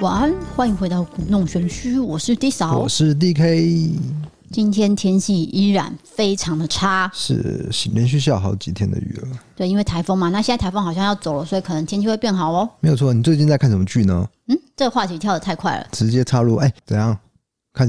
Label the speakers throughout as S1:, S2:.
S1: 晚安，欢迎回到古弄玄虚，我是 D 嫂
S2: 我。是 DK，
S1: 今天天气依然非常的差，
S2: 是连续下好几天的雨了，
S1: 对，因为台风嘛。那现在台风好像要走了，所以可能天气会变好哦。
S2: 没有错。你最近在看什么剧呢？
S1: 嗯，这个话题跳得太快了，
S2: 直接插入，哎、怎样？看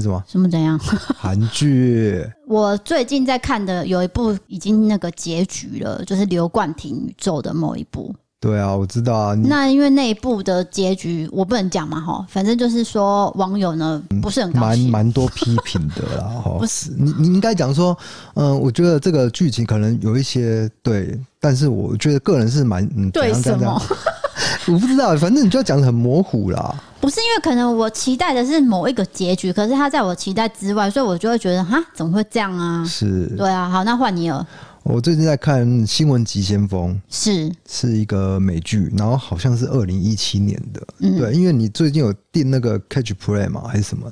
S1: ？
S2: 什么
S1: 什么怎样？
S2: 韩剧？
S1: 我最近在看的有一部已经那个结局了，就是刘冠廷宇宙的某一部。
S2: 对啊，我知道啊，你
S1: 那因为那一部的结局我不能讲嘛，哈，反正就是说网友呢不是很高
S2: 嗯蛮
S1: 兴。
S2: 蛮多批评的 啦。哈，你你应该讲说，嗯，我觉得这个剧情可能有一些对，但是我觉得个人是蛮嗯，
S1: 对
S2: 怎
S1: 什
S2: 样怎
S1: 么
S2: 样？？ 我不知道，反正你就讲的很模糊啦。
S1: 不是因为可能我期待的是某一个结局，可是他在我期待之外，所以我就会觉得哈，怎么会这样啊？
S2: 是
S1: 对啊，好，那换你了。
S2: 我最近在看《新闻急先锋》。
S1: 是，
S2: 是一个美剧，然后好像是二零一七年的，
S1: 嗯
S2: 对，因为你最近有订那个 Catch Play 嘛，还是什么，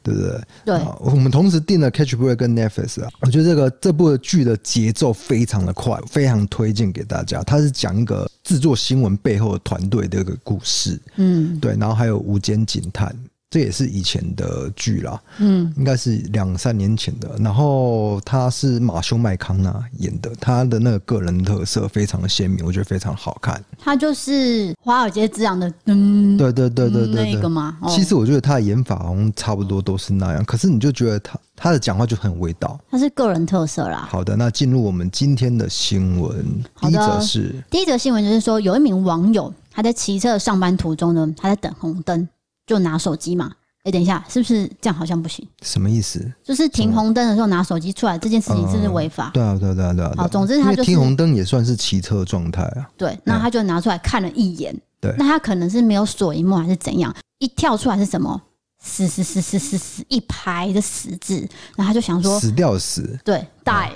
S2: 对不对？
S1: 对
S2: 啊我们同时订了 Catch Play 跟 Netflix 啊。我觉得这个这部剧的节奏非常的快，非常推荐给大家。它是讲一个制作新闻背后的团队的一个故事，
S1: 嗯
S2: 对，然后还有《无间警探》，这也是以前的剧啦，
S1: 嗯，
S2: 应该是两三年前的。然后他是马修麦康纳演的，他的那个个人特色非常的鲜明，我觉得非常好看。
S1: 他就是华尔街之狼的，嗯，
S2: 对对对对对
S1: 那个
S2: 对。
S1: 吗？哦
S2: 其实我觉得他的演法好像差不多都是那样，可是你就觉得他他的讲话就很有味道。
S1: 他是个人特色啦。
S2: 好的，那进入我们今天的新闻，第
S1: 好的
S2: 一则是
S1: 第一则新闻就是说，有一名网友他在骑车的上班途中呢，他在等红灯，就拿手机嘛。哎、等一下，是不是这样好像不行？
S2: 什么意思？
S1: 就是停红灯的时候拿手机出来这件事情是不是
S2: 嗯
S1: 违法？
S2: 对啊，对啊，对啊，对啊。
S1: 好
S2: 对啊
S1: 总之他
S2: 因为
S1: 就是
S2: 停红灯也算是骑车状态啊。
S1: 对，那他就拿出来看了一眼。
S2: 对
S1: 那他可能是没有锁一幕还是怎样，一跳出来是什么？死死死死死死一排的死字，然后他就想说，
S2: 死掉死，
S1: 对，die，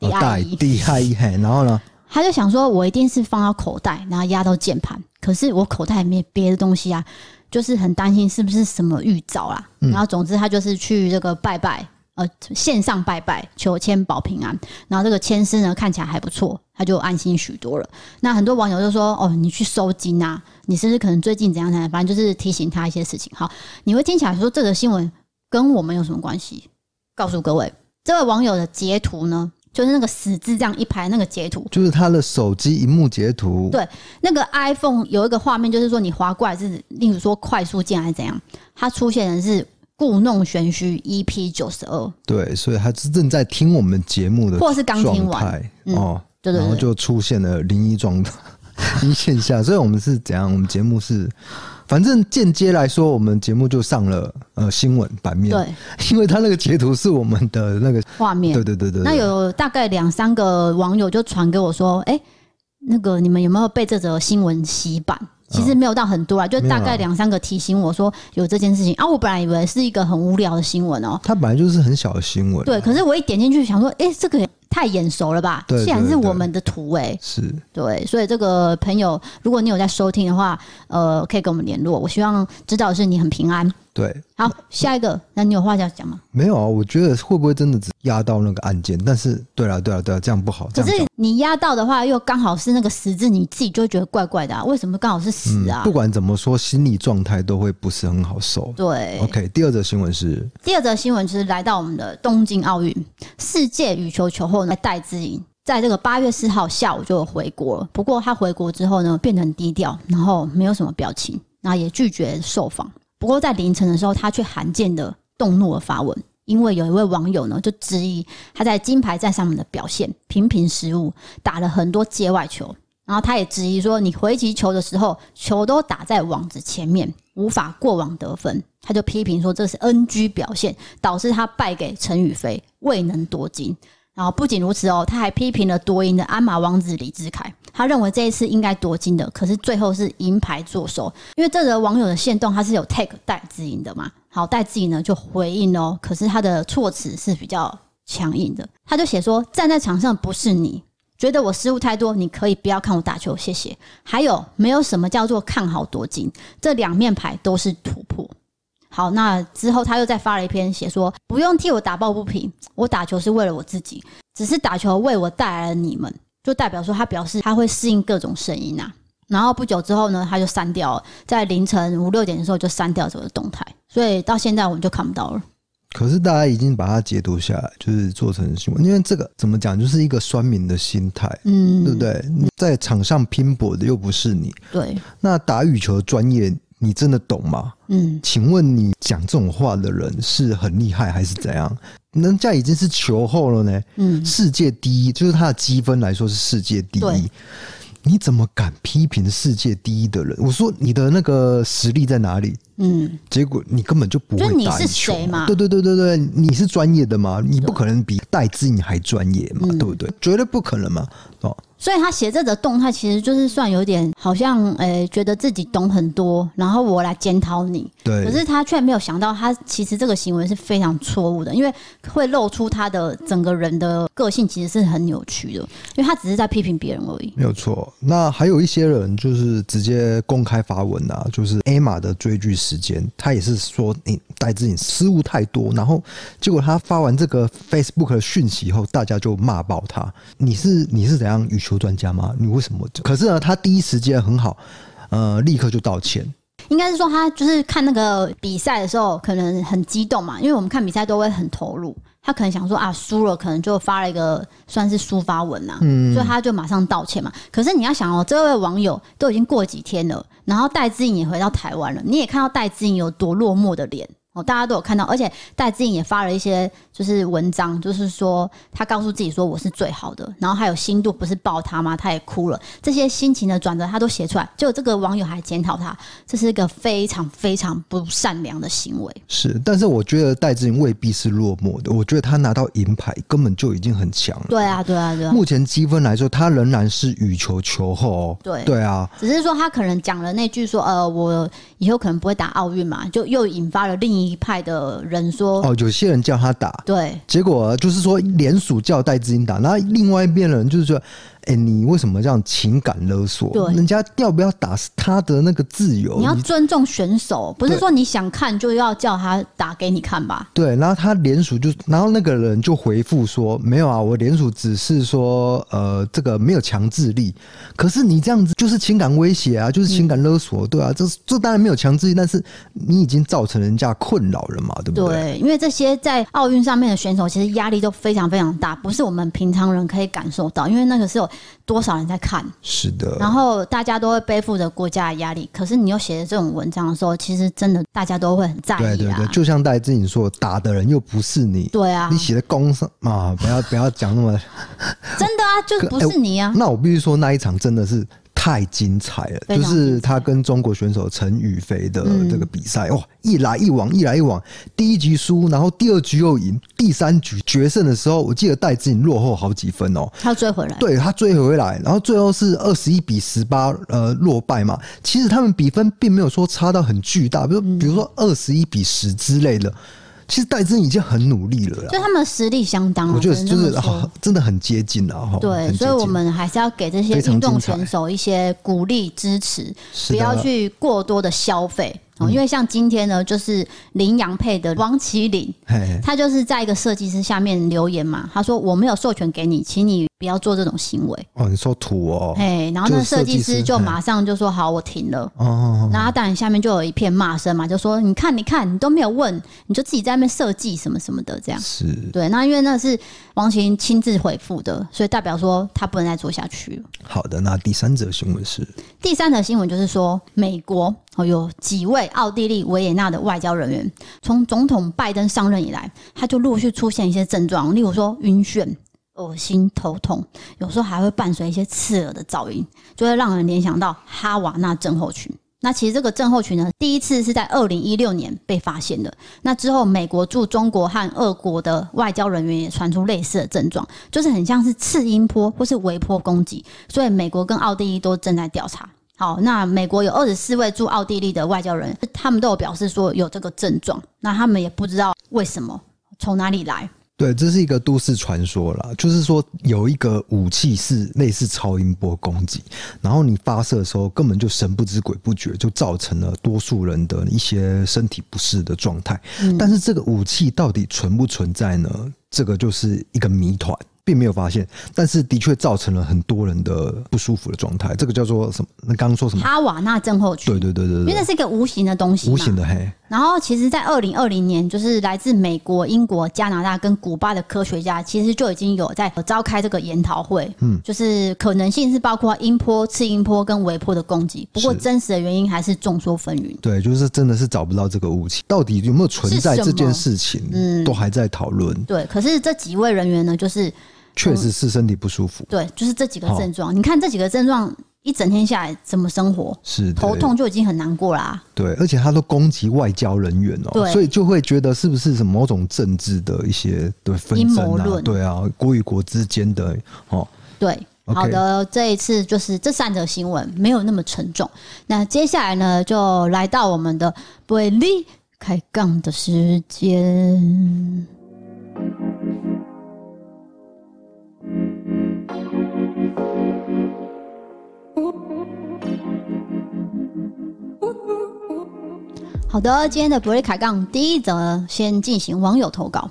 S2: 哦
S1: D I
S2: 大
S1: E
S2: 厉害一嘿，然后呢？
S1: 他就想说，我一定是放到口袋，然后压到键盘，可是我口袋里面别的东西啊，就是很担心是不是什么预兆啦。然后总之他就是去这个拜拜，呃，线上拜拜求签保平安。然后这个签师呢看起来还不错，他就安心许多了。那很多网友就说，哦，你去收金啊，你是不是可能最近怎样怎样，反正就是提醒他一些事情。好，你会听起来说这个新闻跟我们有什么关系？告诉各位，这位网友的截图呢，就是那个死字这样一排那个截图。
S2: 就是他的手机荧幕截图，
S1: 对那个 iPhone 有一个画面，就是说你滑过来是，例如说快速键还是怎样，它出现的是故弄玄虚 EP 九十二，
S2: 对，所以他是正在听我们节目的
S1: 或是刚听
S2: 状
S1: 完
S2: 态
S1: 嗯
S2: 哦，
S1: 对对
S2: 然后
S1: 对，
S2: 就出现了灵异状态 灵异现象，所以我们是怎样？我们节目是，反正间接来说，我们节目就上了呃新闻版面，
S1: 对
S2: 因为他那个截图是我们的那个，
S1: 画面。
S2: 对对对对，
S1: 那
S2: 对
S1: 有大概两三个网友就传给我说，哎、那个你们有没有被这则新闻洗版？
S2: 啊
S1: 其实没有到很多啊，就大概两三个提醒我说有这件事情啊。我本来以为是一个很无聊的新闻哦、
S2: 他本来就是很小的新闻，啊
S1: 对。可是我一点进去想说，哎、这个也太眼熟了吧？
S2: 对
S1: 竟然
S2: 对
S1: 是我
S2: 对
S1: 们的图哎、
S2: 是
S1: 对，所以这个朋友，如果你有在收听的话，呃，可以跟我们联络。我希望知道的是你很平安。
S2: 对，
S1: 好，下一个，那你有话要讲吗？
S2: 没有啊，我觉得会不会真的只压到那个案件？但是对了对了对了，这样不好，这
S1: 可
S2: 样
S1: 是你压到的话，又刚好是那个十字，你自己就会觉得怪怪的、啊，为什么刚好是十啊？
S2: 嗯不管怎么说，心理状态都会不是很好受。
S1: 对
S2: OK，第二则新闻是
S1: 第二则新闻就是来到我们的东京奥运，世界羽球球后呢戴资颖，在这个八月四号下午就回国了。不过他回国之后呢，变得很低调，然后没有什么表情，然后也拒绝受访。不过在凌晨的时候，他却罕见的动怒了发文，因为有一位网友呢就质疑他在金牌战上面的表现频频失误，打了很多界外球。然后他也质疑说，你回击球的时候，球都打在网子前面，无法过网得分。他就批评说这是 NG 表现，导致他败给陈宇飞，未能夺金。然后不仅如此哦，他还批评了夺银的鞍马王子李志凯，他认为这一次应该夺金的，可是最后是银牌坐收。因为这则网友的线动他是有 tag 戴资颖的嘛，好，戴资颖呢就回应哦，可是他的措辞是比较强硬的，他就写说站在场上不是你，觉得我失误太多，你可以不要看我打球，谢谢。还有，没有什么叫做看好夺金，这两面牌都是突破。好，那之后他又再发了一篇写说，不用替我打抱不平，我打球是为了我自己，只是打球为我带来了你们，就代表说他表示他会适应各种声音啊。然后不久之后呢，他就删掉了，在凌晨五六点的时候就删掉这个动态，所以到现在我们就看不到了。
S2: 可是大家已经把它解读下来，就是做成新闻，因为这个怎么讲，就是一个酸民的心态，
S1: 嗯，
S2: 对不对？你在场上拼搏的又不是你，
S1: 对，
S2: 那打羽球专业，你真的懂吗？
S1: 嗯，
S2: 请问你讲这种话的人是很厉害还是怎样？人家已经是球后了呢，
S1: 嗯，
S2: 世界第一，就是他的积分来说是世界第一
S1: 对。
S2: 你怎么敢批评世界第一的人？我说你的那个实力在哪里？
S1: 嗯，
S2: 结果你根本就不
S1: 就是
S2: 会
S1: 你
S2: 打
S1: 是
S2: 羽球
S1: 谁嘛
S2: 对对对对对，你是专业的嘛？你不可能比戴资颖还专业嘛？
S1: 嗯
S2: 对不对？绝对不可能嘛！哦，
S1: 所以他写这则动态，其实就是算有点好像，诶、觉得自己懂很多，然后我来检讨你。
S2: 对。
S1: 可是他却没有想到，他其实这个行为是非常错误的，因为会露出他的整个人的个性其实是很扭曲的，因为他只是在批评别人而已。
S2: 没有错，那还有一些人就是直接公开发文啊，就是 A 玛的追剧时间，他也是说你戴志颖失误太多，然后结果他发完这个 Facebook 的讯息以后，大家就骂爆他，你是你是怎样羽球专家吗？你为什么这？可是呢，他第一时间很好，呃，立刻就道歉，
S1: 应该是说他就是看那个比赛的时候，可能很激动嘛，因为我们看比赛都会很投入。他可能想说啊，输了，可能就发了一个算是抒发文呐、所以他就马上道歉嘛。可是你要想哦，这位网友都已经过几天了，然后戴资颖也回到台湾了，你也看到戴资颖有多落寞的脸哦，大家都有看到，而且戴资颖也发了一些就是文章，就是说他告诉自己说我是最好的，然后还有心度不是抱他吗？他也哭了，这些心情的转折他都写出来，结果这个网友还检讨他，这是一个非常非常不善良的行为。
S2: 是，但是我觉得戴志颖未必是落寞的，我觉得他拿到银牌根本就已经很强了。
S1: 对啊，对啊，对啊。
S2: 目前积分来说，他仍然是羽球球后、哦。
S1: 对
S2: 对啊，
S1: 只是说他可能讲了那句说，呃，我以后可能不会打奥运嘛，就又引发了另一派的人说，
S2: 哦，有些人叫他打，
S1: 对，
S2: 结果就是说联署叫戴志颖打，那另外一边人就是说，哎、你为什么这样情感勒索？
S1: 对
S2: 人家要不要打是他的那个自由
S1: 你要，
S2: 哦你
S1: 尊重选手，不是
S2: 对
S1: 说你想看就要叫他打给你看吧？
S2: 对，然后他联署就，然后那个人就回复说，没有啊，我联署只是说，呃，这个没有强制力，可是你这样子就是情感威胁啊，就是情感勒索，对
S1: 嗯
S2: 啊，这是这当然没有强制力，但是你已经造成人家困扰了嘛，对不对？
S1: 对，因为这些在奥运上面的选手，其实压力都非常非常大，不是我们平常人可以感受到，因为那个是有多少人在看，
S2: 是的，
S1: 然后大家都会背负着国家的压力。可是你又写的这种文章的时候，其实真的大家都会很在
S2: 对
S1: 意
S2: 对
S1: 啊
S2: 对，，就像戴志颖说，打的人又不是你，
S1: 对啊
S2: 你，写的工伤啊，不要不要讲那么。
S1: 真的啊，就
S2: 可
S1: 不
S2: 哎
S1: 是你啊，
S2: 那我必须说，那一场真的是太精彩了，
S1: 非
S2: 就
S1: 常
S2: 是他跟中国选手陈雨菲的
S1: 嗯
S2: 这个比赛，哇，一来一往，一来一往，第一局输，然后第二局又赢，第三局决胜的时候，我记得戴志颖落后好几分哦。
S1: 他要追回来。
S2: 对他追回来，然后最后是二十一比十八，呃，落败嘛。其实他们比分并没有说差到很巨大，比如
S1: 嗯
S2: 比如说二十一比十之类的。其实戴志颖已经很努力了啦，
S1: 就他们实力相当啊，
S2: 啊我觉得
S1: 只能这
S2: 就
S1: 么
S2: 是、
S1: 说
S2: 啊、真的很接近了哈。
S1: 对，
S2: 哦很接
S1: 所以我
S2: 近
S1: 们还是要给这些
S2: 非常
S1: 运动
S2: 精彩
S1: 选手一些鼓励支持，
S2: 是
S1: 不
S2: 的嗯
S1: 要去过多的消费。哦，因为像今天呢，就是羚羊配的王麒麟，
S2: 嘿
S1: 他就是在一个设计师下面留言嘛，他说我没有授权给你，请你不要做这种行为。
S2: 哦，你说土哦，
S1: 哎，然后那
S2: 就
S1: 个
S2: 是设
S1: 设计
S2: 计师
S1: 师就马上就说好，我停了。
S2: 哦哦，
S1: 然后当然下面就有一片骂声嘛，就说你看你看你都没有问，你就自己在那边设计什么什么的这样
S2: 哦。是
S1: 对，那因为那是王琴亲自回复的，所以代表说他不能再做下去了。
S2: 好的。那第三则新闻是
S1: 第三则新闻就是说，美国哦有几位奥地利维也纳的外交人员，从总统拜登上任以来，他就陆续出现一些症状，例如说晕眩、恶心、头痛，有时候还会伴随一些刺耳的噪音，就会让人联想到哈瓦那症候群。那其实这个症候群呢，第一次是在二零一六年被发现的。那之后，美国驻中国和俄国的外交人员也传出类似的症状，就是很像是次音波或是微波攻击，所以美国跟奥地利都正在调查。好，那美国有二十四位驻奥地利的外交人，他们都有表示说有这个症状，那他们也不知道为什么，从哪里来。
S2: 对，这是一个都市传说啦，就是说有一个武器是类似超音波攻击，然后你发射的时候根本就神不知鬼不觉，就造成了多数人的一些身体不适的
S1: 嗯
S2: 状态。但是这个武器到底存不存在呢？这个就是一个谜团。并没有发现，但是的确造成了很多人的不舒服的状态。这个叫做什么？那刚刚说什么？
S1: 哈瓦那症候群，
S2: 对对对对
S1: 因为
S2: 对，
S1: 那是一个无形的东西嘛。
S2: 无形的黑，
S1: 然后，其实，在二零二零年，就是来自美国、英国、加拿大跟古巴的科学家，其实就已经有在召开这个研讨会。嗯，就是可能性是包括音波、次音波跟微波的攻击，不过
S2: 是
S1: 真实的原因还是众说纷纭。
S2: 对，就是真的是找不到这个物体到底有没有存在
S1: 是什么
S2: 这件事情，
S1: 嗯
S2: 都还在讨论。
S1: 对，可是这几位人员呢，就是
S2: 确
S1: 嗯
S2: 实是身体不舒服，
S1: 对，就是这几个症状。你看这几个症状，一整天下来怎么生活？
S2: 是
S1: 头
S2: 对
S1: 痛就已经很难过啦、
S2: 对，而且他都攻击外交人员哦、
S1: 对
S2: 所以就会觉得是不是什么某种政治的一些对纷
S1: 阴
S2: 争
S1: 谋
S2: 啊，
S1: 论
S2: 对啊，国与国之间的哦，
S1: 对。
S2: OK
S1: 好的，这一次就是这三则新闻没有那么沉重。那接下来呢，就来到我们的贝利开杠的时间。好的，今天的伯利开杠第一则，先进行网友投稿。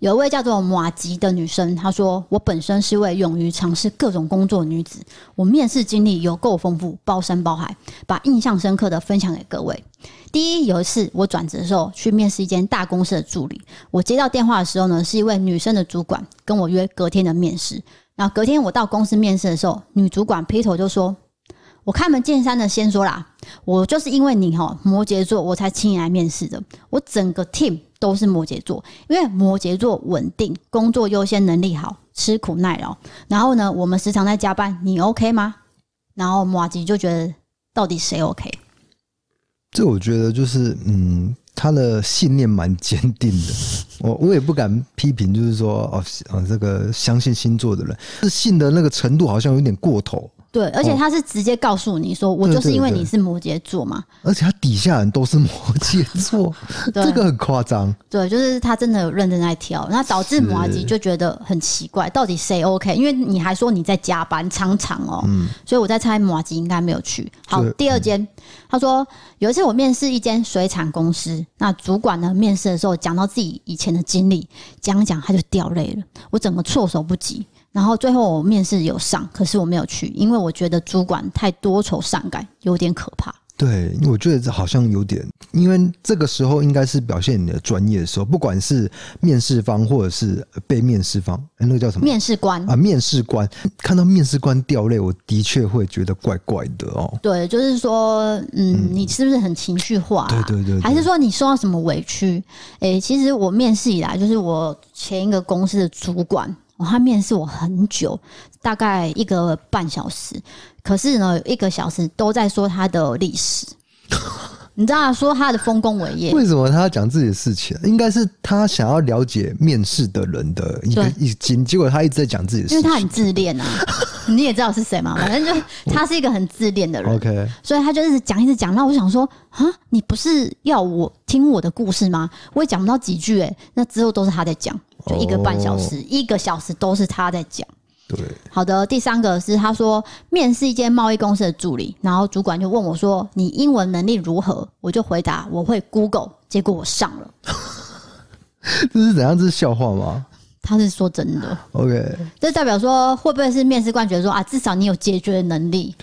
S1: 有一位叫做马吉的女生，她说：“我本身是位勇于尝试各种工作的女子，我面试经历有够丰富，包山包海，把印象深刻的分享给各位。第一，有一次我转职的时候去面试一间大公司的助理，我接到电话的时候呢，是一位女生的主管跟我约隔天的面试。然后隔天我到公司面试的时候，女主管劈头就说：‘我开门见山的先说啦，我就是因为你哈摩羯座，我才请你来面试的。我整个 team 都是摩羯座，因为摩羯座稳定，工作优先能力好，吃苦耐劳。然后呢，我们时常在加班，你 OK 吗？然后马吉就觉得到底谁 OK？
S2: 这我觉得就是嗯，他的信念蛮坚定的。我我也不敢批评，就是说哦哦，这个相信星座的人，是信的那个程度好像有点过头，
S1: 对，而且他是直接告诉你说，我就是因为你是摩羯座嘛，
S2: 而且他底下人都是摩 羯座，
S1: 对
S2: 这个很夸张。
S1: 对，就是他真的有认真在挑，那导致马吉就觉得很奇怪，到底谁 OK？因为你还说你在加班，常常哦，所以我在猜马吉应该没有去。好
S2: 对，
S1: 第二间，他说有一次我面试一间水产公司，那主管呢面试的时候讲到自己以前的经历，讲一讲他就掉泪了，我整个措手不及。然后最后我面试有上，可是我没有去，因为我觉得主管太多愁善感，有点可怕。
S2: 对，我觉得这好像有点，因为这个时候应该是表现你的专业的时候，不管是面试方或者是呃被面试方，哎那个叫什么？
S1: 面试官
S2: 啊，面试官看到面试官掉泪，我的确会觉得怪怪的哦。
S1: 对，就是说，嗯，你是不是很情绪化、啊？
S2: 对对对对
S1: 还是说你受到什么委屈？诶、其实我面试以来，就是我前一个公司的主管，哦、他面试我很久，大概一个半小时，可是呢，有一个小时都在说他的历 史，你知道啊，说他的丰功伟业。
S2: 为什么他要讲自己的事情？啊应该是他想要了解面试的人的一个
S1: 对
S2: 一经，结果他一直在讲自己的
S1: 因
S2: 事
S1: 为他
S2: 情。
S1: 很自恋啊， 你也知道是谁嘛，反正就他是一个很自恋的人，
S2: OK，
S1: 所以他就一直讲一直讲，那我想说啊，你不是要我听我的故事吗？我也讲不到几句哎、那之后都是他在讲，就一个半小时，一个小时都是他在讲。
S2: 对，
S1: 好的，第三个是他说面试一间贸易公司的助理，然后主管就问我说：“你英文能力如何？”我就回答：“我会 Google。”结果我上了，
S2: 这是怎样？这是笑话吗
S1: 他是说真的，
S2: ？OK，
S1: 这代表说会不会是面试官觉得说啊，至少你有解决能力？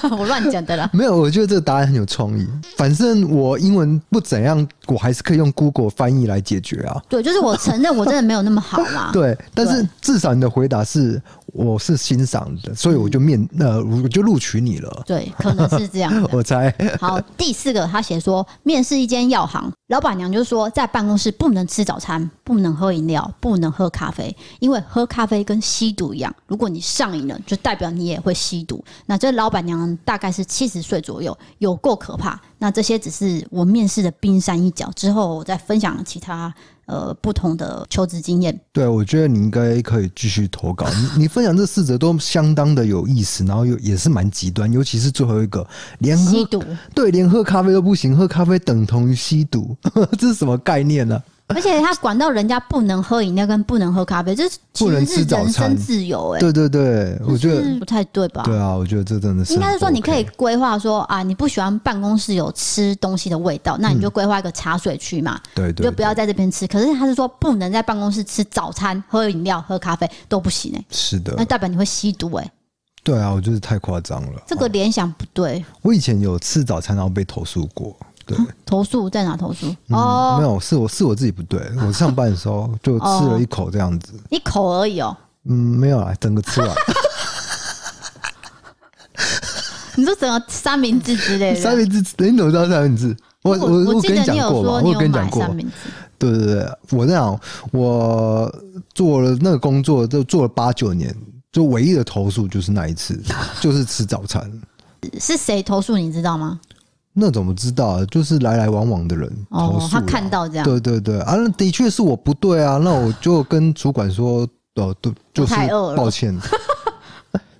S1: 我乱讲的啦。
S2: 没有，我觉得这个答案很有创意。反正我英文不怎样，我还是可以用 Google 翻译来解决啊。
S1: 对，就是我承认我真的没有那么好嘛。
S2: 对，但是至少你的回答是我是欣赏的，所以我就面
S1: 嗯
S2: 呃我就录取 你了。
S1: 对，可能是这样的。
S2: 我猜
S1: 好，第四个他写说，面试一间药行，老板娘就说在办公室不能吃早餐，不能喝饮料，不能喝咖啡，因为喝咖啡跟吸毒一样，如果你上瘾了，就代表你也会吸毒。那这老板娘大概是七十岁左右，有够可怕。那这些只是我面试的冰山一角，之后我再分享其他呃不同的求职经验。
S2: 对，我觉得你应该可以继续投稿。你你分享这四则都相当的有意思，然后又也是蛮极端，尤其是最后一个，连
S1: 吸
S2: 喝
S1: 毒，
S2: 对连喝咖啡都不行，喝咖啡等同于吸毒，这是什么概念呢、
S1: 而且他管到人家不能喝饮料跟不能喝咖啡，这其
S2: 不能
S1: 实
S2: 吃
S1: 是
S2: 早
S1: 人
S2: 餐
S1: 身自由哎、
S2: 对对对，我觉得
S1: 是不太对吧？
S2: 对啊，我觉得这真的是
S1: 应该是
S2: 很
S1: 说
S2: 不
S1: 你可以
S2: OK
S1: 规划说啊，你不喜欢办公室有吃东西的味道，那你就规划一个茶水区嘛，
S2: 对
S1: 你
S2: 嗯对，
S1: 就不要在这边吃。可是他是说不能在办公室吃早餐、喝饮料、喝咖啡都不行哎、
S2: 对是的
S1: 那，代表你会吸毒哎、
S2: 对啊，我觉得太夸张了。
S1: 这个联想不对。
S2: 我以前有吃早餐然后被投诉过，对，
S1: 投诉在哪投诉？
S2: 嗯，没
S1: 哦，
S2: 有，是我是我自己不 对，我上班的时候就吃了一口这样子，
S1: 一口而已哦。
S2: 嗯，没有啦，整个吃完，
S1: 你说整个三明治之类的。
S2: 三明治，你怎么知道三明治？我
S1: 啊我
S2: 我
S1: 我记
S2: 跟
S1: 得
S2: 你
S1: 你
S2: 讲
S1: 有
S2: 过吧，
S1: 说
S2: 我
S1: 你
S2: 有
S1: 有
S2: 跟你讲
S1: 买
S2: 过
S1: 三，明治，
S2: 对对对，我那样，我做了那个工作，就做了八九年，就唯一的投诉就是那一次，就是吃早餐。
S1: 是谁投诉你知道吗？
S2: 那怎么知道啊？就是来来往往的人投
S1: 哦
S2: 诉、，
S1: 他
S2: 啊
S1: 看。到这样，
S2: 对对对，啊，那的确是我不对啊，那我就跟主管说，哦，对，就是
S1: 太饿了
S2: 抱歉。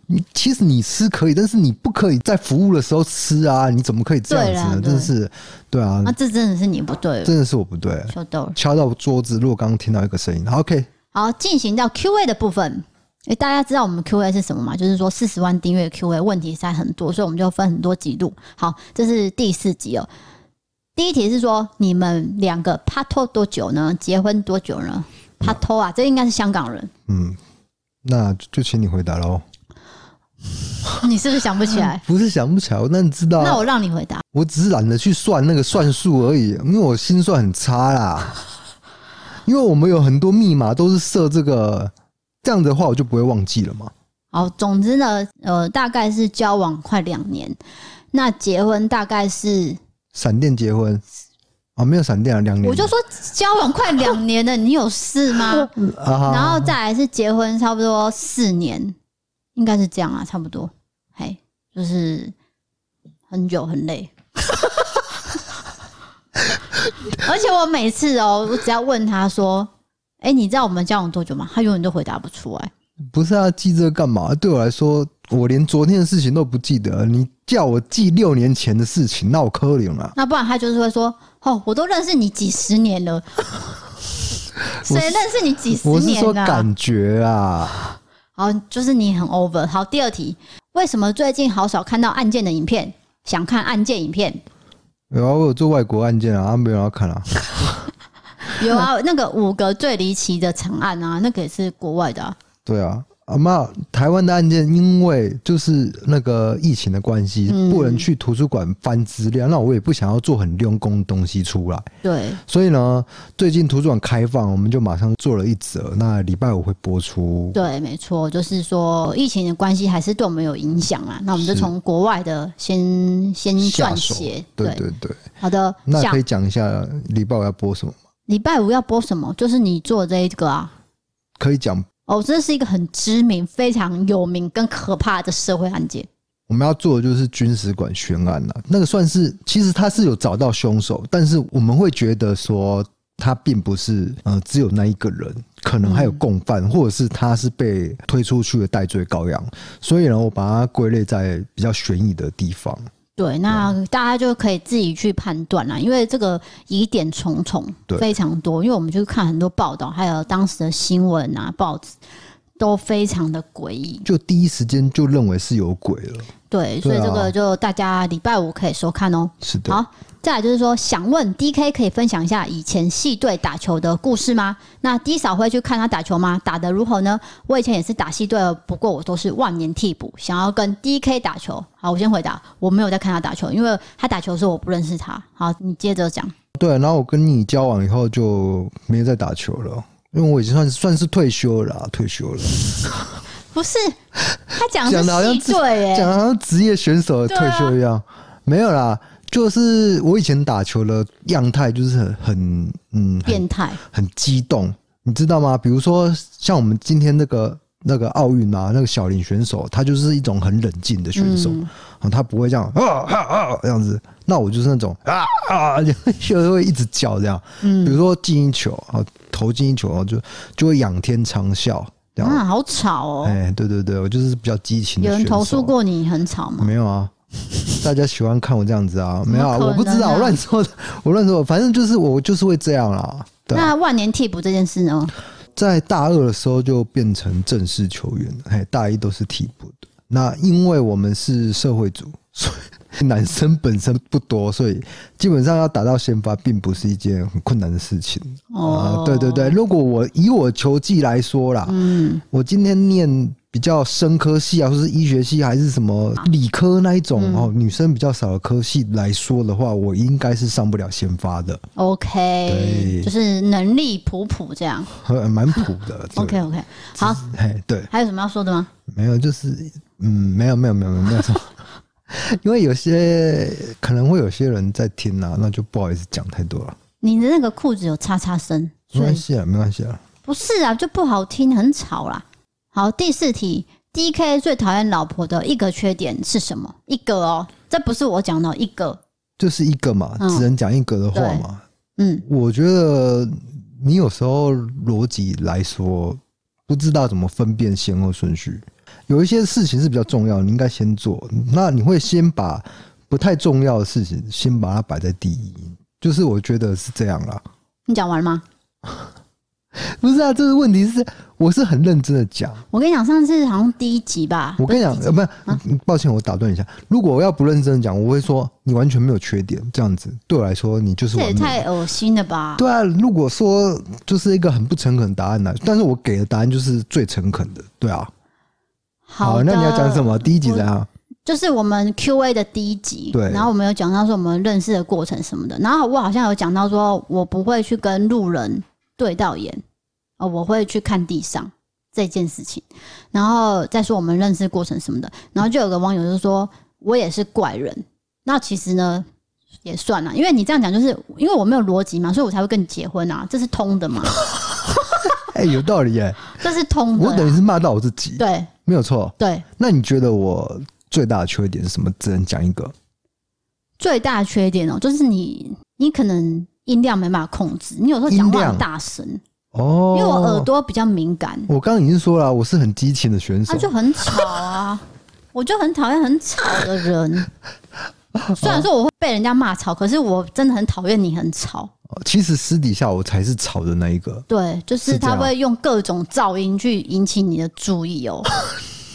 S2: 你其实你吃可以，但是你不可以在服务的时候吃啊！你怎么可以这样子
S1: 对啦
S2: 呢？
S1: 对
S2: 真的是，对啊，
S1: 那这真的是你不对了，
S2: 真的是我不对，
S1: 秀逗了。
S2: 敲到桌子。如果刚刚听到一个声音好，OK，
S1: 好，进行到 Q&A 的部分。诶，大家知道我们 Q&A 是什么吗？就是说四十万订阅 Q&A 问题实在很多，所以我们就分很多集录。好，这是第四集哦。第一题是说你们两个拍拖多久呢？结婚多久呢？拍拖啊，这应该是香港人，
S2: 嗯，那就请你回答喽。
S1: 你是不是想不起来？
S2: 不是想不起来，我那你知道啊，
S1: 那我让你回答。
S2: 我只是懒得去算那个算术而已，因为我心算很差啦。因为我们有很多密码都是设这个，这样的话我就不会忘记了嘛。
S1: 好，总之呢，呃，大概是交往快两年，那结婚大概是，
S2: 闪电结婚啊，没有闪电啊，两年。
S1: 我就说交往快两年了，你有事吗？
S2: 啊哈，
S1: 然后再来是结婚，差不多四年，应该是这样啊，差不多，嘿，就是很久很 累。而且我每次哦，我只要问他说：“哎、你知道我们交往多久吗？”他永远都回答不出来。
S2: 不是啊，记这个干嘛？对我来说，我连昨天的事情都不记得，你叫我记六年前的事情，那我可怜啊。
S1: 那不然他就是会说：“哦，我都认识你几十年了， 谁认识你几十
S2: 我是
S1: 年啊
S2: 说
S1: 呢、
S2: 感觉啊，
S1: 好，就是你很 over。好，第二题，为什么最近好少看到案件的影片？想看案件影片？
S2: 然后我有做外国案件啊，啊没有人要看啊。
S1: 有啊，那个五个最离奇的惨案啊，那个也是国外的、啊。
S2: 对啊，啊妈，台湾的案件因为就是那个疫情的关系，
S1: 嗯
S2: 不能去图书馆翻资料，那我也不想要做很用功的东西出来，
S1: 对，
S2: 所以呢，最近图书馆开放，我们就马上做了一则，那礼拜五会播出。
S1: 对，没错，就是说疫情的关系还是对我们有影响啊。那我们就是从国外的先先撰
S2: 下手
S1: 写。
S2: 对对对，
S1: 好的，
S2: 那
S1: 下
S2: 可以讲一下礼拜五要播什么吗？
S1: 礼拜五要播什么？就是你做这一个啊。
S2: 可以讲，
S1: 哦，这是一个很知名、非常有名跟可怕的社会案件。
S2: 我们要做的就是军史馆悬案了、那个算是，其实他是有找到凶手，但是我们会觉得说他并不是呃只有那一个人，可能还有共犯，或者是他是被推出去的戴罪羔羊，所以呢，我把它归类在比较悬疑的地方。
S1: 对，那大家就可以自己去判断啦，因为这个疑点重重
S2: 对，
S1: 非常多。因为我们就看很多报道，还有当时的新闻啊、报纸，都非常的诡异。
S2: 就第一时间就认为是有鬼了，
S1: 对，所以
S2: 对啊
S1: 这个就大家礼拜五可以收看哦。
S2: 是的，
S1: 好，再来就是说，想问 D K 可以分享一下以前系队打球的故事吗？那 D 嫂会去看他打球吗？打得如何呢？我以前也是打系队哦，不过我都是万年替补，想要跟 D K 打球。好，我先回答，我没有在看他打球，因为他打球的时候我不认识他。好，你接着讲。
S2: 对。啊然后我跟你交往以后就没再打球了，因为我已经算算是退休了啊，退休了，
S1: 不是，他讲的
S2: 讲得好
S1: 是
S2: 像
S1: 系队耶、
S2: 讲得好像职业选手的退休一样，没有啦，就是我以前打球的样态就是很很嗯很
S1: 变态。
S2: 很激动，你知道吗？比如说像我们今天那个那个奥运啊，那个小林选手，他就是一种很冷静的选手，
S1: 嗯
S2: 嗯、他不会这样啊啊啊这样子。那我就是那种啊啊，就会一直叫这样。比如
S1: 嗯，
S2: 说进一球啊，投进一球啊，就就会仰天长啸这样。
S1: 啊，好吵哦、
S2: 哎、对对对，我就是比较激情的
S1: 有人
S2: 选手
S1: 投诉过你很吵吗？
S2: 没有啊，大家喜欢看我这样子啊，没有啊，
S1: 怎么可能啊
S2: 我不知道，我乱说的，我乱说的，反正就是我就是会这样啦。对啊
S1: 那万年替补这件事呢？
S2: 在大二的时候就变成正式球员了，哎，大一都是替补的。那因为我们是社会组，所以男生本身不多，所以基本上要打到先发，并不是一件很困难的事情。
S1: 哦
S2: 啊，对对对，，如果我以我球技来说啦，
S1: 嗯，
S2: 我今天念比较生科系啊，或是医学系，还是什么理科那一种、
S1: 嗯
S2: 哦，女生比较少的科系来说的话，我应该是上不了先发的，
S1: OK，
S2: 对
S1: 就是能力普普这样。
S2: 呵蛮普的。对
S1: OK OK，好，
S2: 哎，对，
S1: 还有什么要说的吗？
S2: 没有，就是嗯，没有，没有，没有，没有，没有什么。 因为有些可能会有些人在听啊，那就不好意思讲太多了，
S1: 你的那个裤子有叉叉声，
S2: 没
S1: 所
S2: 关
S1: 以
S2: 系啊，没关系啊。
S1: 不是啊，就不好听，很吵啦。好，第四题，D K 最讨厌老婆的一个缺点是什么？一个哦，这不是我讲的哦，一个。
S2: 就是一个嘛，
S1: 嗯
S2: 只能讲一个的话嘛。
S1: 嗯，
S2: 我觉得你有时候逻辑来说，不知道怎么分辨先后顺序。有一些事情是比较重要，你应该先做。那你会先把不太重要的事情先把它摆在第一，就是我觉得是这样啦。
S1: 你讲完了吗？
S2: 不是啊，这个问题是我是很认真的讲。
S1: 我跟你讲，上次好像第一集吧，
S2: 我跟你讲，呃，不是
S1: 啊，
S2: 抱歉，我打断一下。如果我要不认真的讲，我会说你完全没有缺点，这样子对我来说你就是
S1: 这
S2: 完
S1: 也
S2: 美的。
S1: 太恶心了吧？
S2: 对啊，如果说就是一个很不诚恳的答案呢、但是我给的答案就是最诚恳的，对啊。
S1: 好的，
S2: 那你要讲什么？第一集怎啊样？
S1: 就是我们 Q A 的第一集，
S2: 对
S1: 然后我们有讲到说我们认识的过程什么的，然后我好像有讲到说我不会去跟路人对到眼，哦，我会去看地上这件事情，然后再说我们认识过程什么的，然后就有个网友就说我也是怪人，那其实呢。也算了，因为你这样讲，就是因为我没有逻辑嘛，所以我才会跟你结婚啊，这是通的嘛，
S2: 哎、有道理耶、
S1: 这是通的
S2: 我
S1: 啦。
S2: 等于是骂到我自己，
S1: 啊对
S2: 没有错。
S1: 对，
S2: 那你觉得我最大的缺点是什么？只能讲一个，
S1: 最大的缺点哦、就是你你可能音量没办法控制，你有时候讲
S2: 音
S1: 话
S2: 量
S1: 很大声，因
S2: 哦，
S1: 为我耳。朵比较敏感，
S2: 我刚刚已经说了，我是很激情的选手
S1: 他、，就很吵啊， 我就很讨厌很吵的 人。虽然说我会被人家骂吵，可是我真的很讨厌你很吵。
S2: 哦其实私底下我才是吵的那一个。
S1: 对，就是
S2: 是这
S1: 他
S2: 样
S1: 会用各种噪音去引起你的注意哦、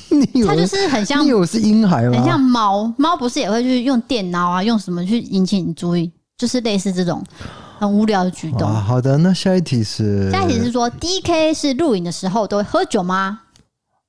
S2: 你以为
S1: 他就是很像
S2: 你啊以为我是婴孩
S1: 很像
S2: 吗？
S1: 猫，猫不是也会去用电脑啊，用什么去引起你注意，就是类似这种很无聊的举动。
S2: 啊，好的，那下一题是，
S1: 下一题是说，D
S2: 嗯
S1: K 是录影的时候都会喝酒吗？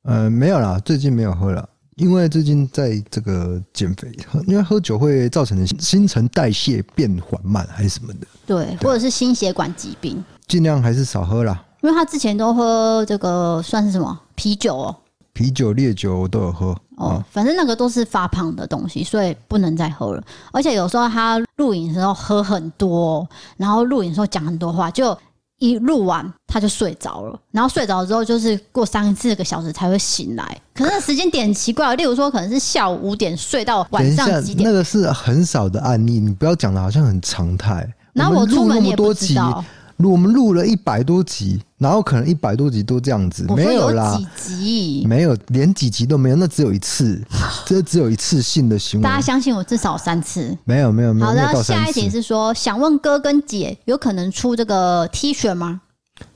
S2: 呃，没有啦，最近没有喝了，因为最近在这个减肥， 喝因为喝酒会造成新陈代谢变缓慢还是什么的，
S1: 对，或者是心血管疾病？
S2: 尽量还是少喝啦。
S1: 因为他之前都喝这个算是什么啤酒哦，
S2: 啤酒、烈酒我都有喝。
S1: 哦，
S2: 哦，
S1: 反正那个都是发胖的东西，所以不能再喝了。而且有时候他录影的时候喝很多哦、然后录影的时候讲很多话，就一录完他就睡着了，然后睡着之后就是过三四个小时才会醒来。可是那时间点很奇怪哦，例如说可能是下午五点睡到
S2: 等
S1: 晚
S2: 一
S1: 上
S2: 下
S1: 几，点
S2: 那，个是很少的案例，你不要讲的好像很常态。
S1: 然后我
S2: 们
S1: 出
S2: 录那
S1: 门
S2: 么
S1: 也
S2: 多
S1: 不知
S2: 集，
S1: 道。哦
S2: 我们录了一百多集，然后可能一百多集都这样子，
S1: 我
S2: 没
S1: 说
S2: 啦
S1: 几，集？
S2: 没有，连几集都没有，那只有一 次，这只有一次性的行为
S1: 大，家相信我，至少三次。
S2: 没有没有没有，
S1: 好
S2: 没有
S1: 的，
S2: 到三
S1: 下一
S2: 次
S1: 题是说，想问哥跟姐有可能出这个 T 恤吗？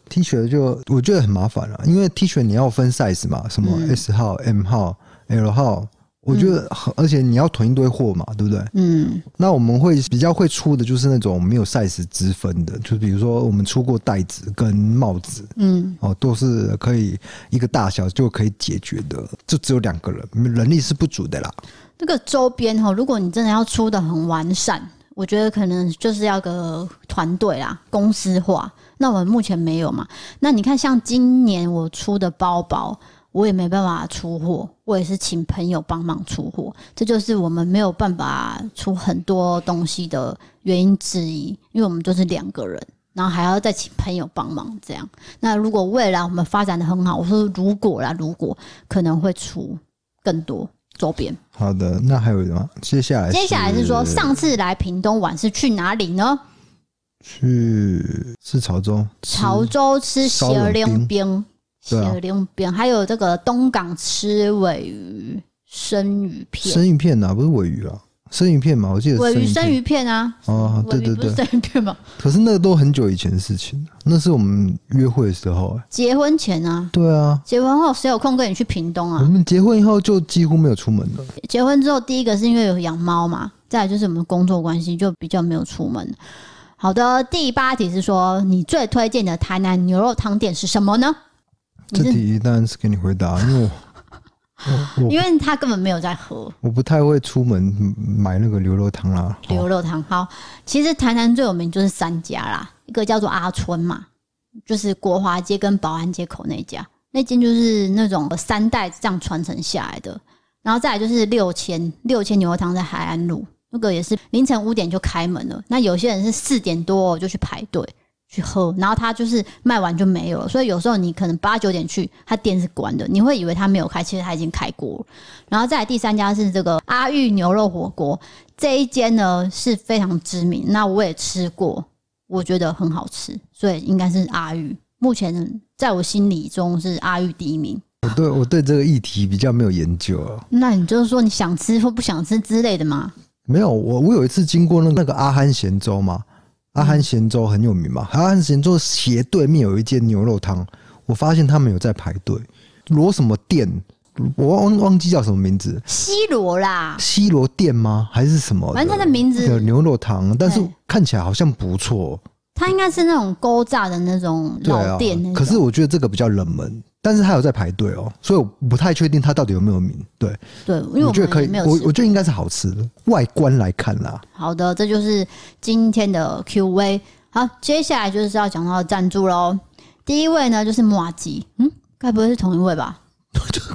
S2: T 恤就我觉得很麻烦了、啊因为 T 恤你要分 size 嘛，什么
S1: 嗯
S2: S 号、M 号、L 号，我觉得很、而且你要囤一堆货嘛，对不对？
S1: 嗯，
S2: 那我们会比较会出的就是那种没有 size 之分的，就比如说我们出过袋子跟帽子
S1: 嗯，
S2: 哦，都是可以一个大小就可以解决的，就只有两个人，人力是不足的啦。
S1: 这个周边哈，如果你真的要出的很完善，我觉得可能就是要个团队啦，公司化。那我们目前没有嘛？那你看，像今年我出的包包，我也没办法出货，我也是请朋友帮忙出货，这就是我们没有办法出很多东西的原因之一，因为我们就是两个人。然后还要再请朋友帮忙，这样。那如果未来我们发展的很好，我说如果啦，如果可能会出更多周边。
S2: 好的，那还有吗？接下来
S1: 接下来是说上次来屏东玩是去哪里呢？
S2: 去是潮州，
S1: 潮州吃
S2: 烧冷
S1: 斜溜
S2: 冰
S1: 冰，
S2: 对啊
S1: 斜溜冰，还有这个东港吃尾鱼、生鱼片。
S2: 生鱼片呐、不是尾鱼啊。生鱼片嘛，我记得
S1: 尾鱼
S2: 片
S1: 生鱼片啊，
S2: 哦，对
S1: 尾鱼
S2: 对
S1: 不是
S2: 对，
S1: 生鱼片吗？
S2: 可是那个都很久以前的事情了，那是我们约会的时候、哎，
S1: 结婚前啊，
S2: 对啊，
S1: 结婚后谁有空跟你去屏东
S2: 我
S1: 啊？
S2: 们结婚以后就几乎没有出门了。
S1: 结婚之后，第一个是因为有养猫嘛，再来就是我们工作关系就比较没有出门。好的，第八题是说你最推荐的台南牛肉汤店是什么呢？你
S2: 这
S1: 是
S2: 题当然是给你回 答，因为我我我
S1: 因为他根本没有在喝
S2: 我不太会出门买那个牛肉汤啊啦。
S1: 牛肉汤。好，其实台南最有名就是三家啦，一个叫做阿春嘛，就是国华街跟保安街口那一家，那间就是那种呃三代这样传承下来的。然后再来就是六千六千牛肉汤在海岸路，那个也是凌晨五点就开门了。那有些人是四点多哦就去排队去喝，然后他就是卖完就没有了。所以有时候你可能八九点去，他店是关的，你会以为他没有开，其实他已经开锅了。然后再来第三家是这个阿玉牛肉火锅，这一间呢是非常知名，那我也吃过，我觉得很好吃，所以应该是阿玉。目前在我心里中是阿玉第一名。
S2: 我对我对这个议题比较没有研究啊。
S1: 那你就是说你想吃或不想吃之类的嘛？
S2: 没有，我我有一次经过那个那个阿憨咸粥嘛，阿
S1: 嗯
S2: 憨咸粥很有名嘛，阿憨咸粥斜对面有一间牛肉汤，我发现他们有在排队，罗什么店，我忘忘忘记叫什么名字，
S1: 西罗啦，
S2: 西罗店吗？还是什么的？
S1: 反正它的名
S2: 有
S1: 字，
S2: 牛肉汤，但是
S1: 对
S2: 看起来好像不错，
S1: 它应该是那种勾炸的那种
S2: 对
S1: 老
S2: 啊
S1: 店那种。。
S2: 可是我觉得这个比较冷门，但是他有在排队哦，所以我不太确定他到底有没有名。对，
S1: 对，因为
S2: 我
S1: 我
S2: 觉得
S1: 们
S2: 可
S1: 也
S2: 以
S1: 没，有
S2: 我
S1: 吃
S2: 我觉得应该是好吃的，外观来看啦。
S1: 好的，这就是今天的 Q&A。好，接下来就是要讲到赞助喽。第一位呢就是马吉，嗯，该不会是同一位吧？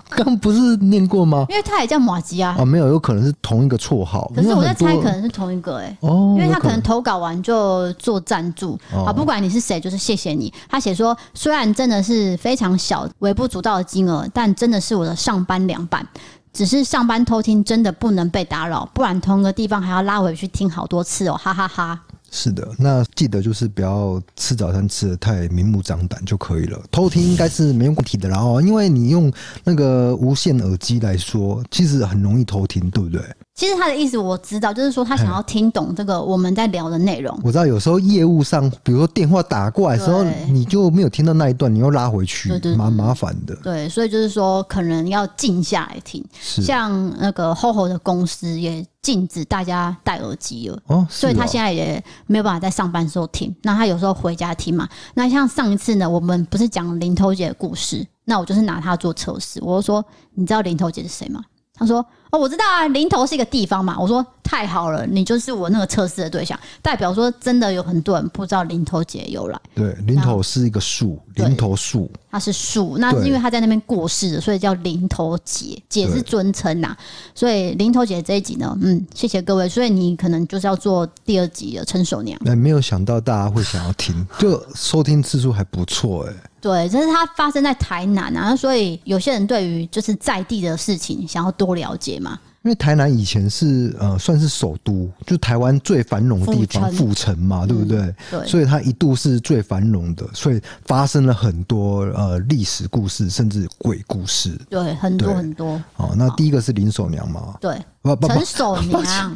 S2: 刚不是念过吗？
S1: 因为他也叫马吉啊。
S2: 啊，没有，有可能是同一个绰号。
S1: 可是我在
S2: 因
S1: 猜，
S2: 为很多
S1: 可能是同一个哎、
S2: 哦，
S1: 因为他
S2: 有
S1: 可
S2: 可
S1: 能投稿完就做赞助
S2: 哦
S1: 啊，不管你是谁，就是谢谢你。他写说，虽然真的是非常小、微不足道的金额，但真的是我的上班凉拌。只是上班偷听真的不能被打扰，不然同一个地方还要拉回去听好多次哦，哈哈哈
S2: 是的。那记得就是不要吃早餐吃的太明目张胆就可以了，偷听应该是没问题的啦哦，因为你用那个无线耳机来说，其实很容易偷听，对不对？
S1: 其实他的意思我知道，就是说他想要听懂这个我们在聊的内容。
S2: 我知道有时候业务上，比如说电话打过来的时候
S1: 对，
S2: 你就没有听到那一段，你又拉回去
S1: 对对，对
S2: 蛮麻烦的。
S1: 对，所以就是说，可能要静下来听。
S2: 是
S1: 像那个厚厚的公司也禁止大家戴耳机了，
S2: 哦，
S1: 所以他
S2: 先
S1: 现在也没有办法在上班时候听，那他有时候回家听嘛。那像上一次呢，我们不是讲林头姐的故事，那我就是拿她做测试，我就说你知道林头姐是谁吗？她说哦，我知道啊，林头是一个地方嘛。我说太好了，你就是我那个测试的对象，代表说真的有很多人不知道林头姐的由来。
S2: 对零头是一个树，
S1: 对
S2: 零头树
S1: 它是树，那是因为它在那边过世的，所以叫林头姐，姐是尊称呐、啊所以林头姐这一集呢，嗯，谢谢各位。所以你可能就是要做第二集的成熟娘，
S2: 哎，没有想到大家会想要听，就收听次数还不错哎、
S1: 对，这是它发生在台南啊，所以有些人对于就是在地的事情想要多了解嘛，
S2: 因为台南以前是呃算是首都，就台湾最繁荣的地方，
S1: 府城嗯
S2: 府城嘛，对不对？
S1: 对，
S2: 所以它一度是最繁荣的，所以发生了很多呃历史故事，甚至鬼故事。
S1: 对，很多
S2: 对
S1: 很多，
S2: 哦，那第一个是林手娘嘛，
S1: 对，
S2: 不不不
S1: 成，熟 娘，啊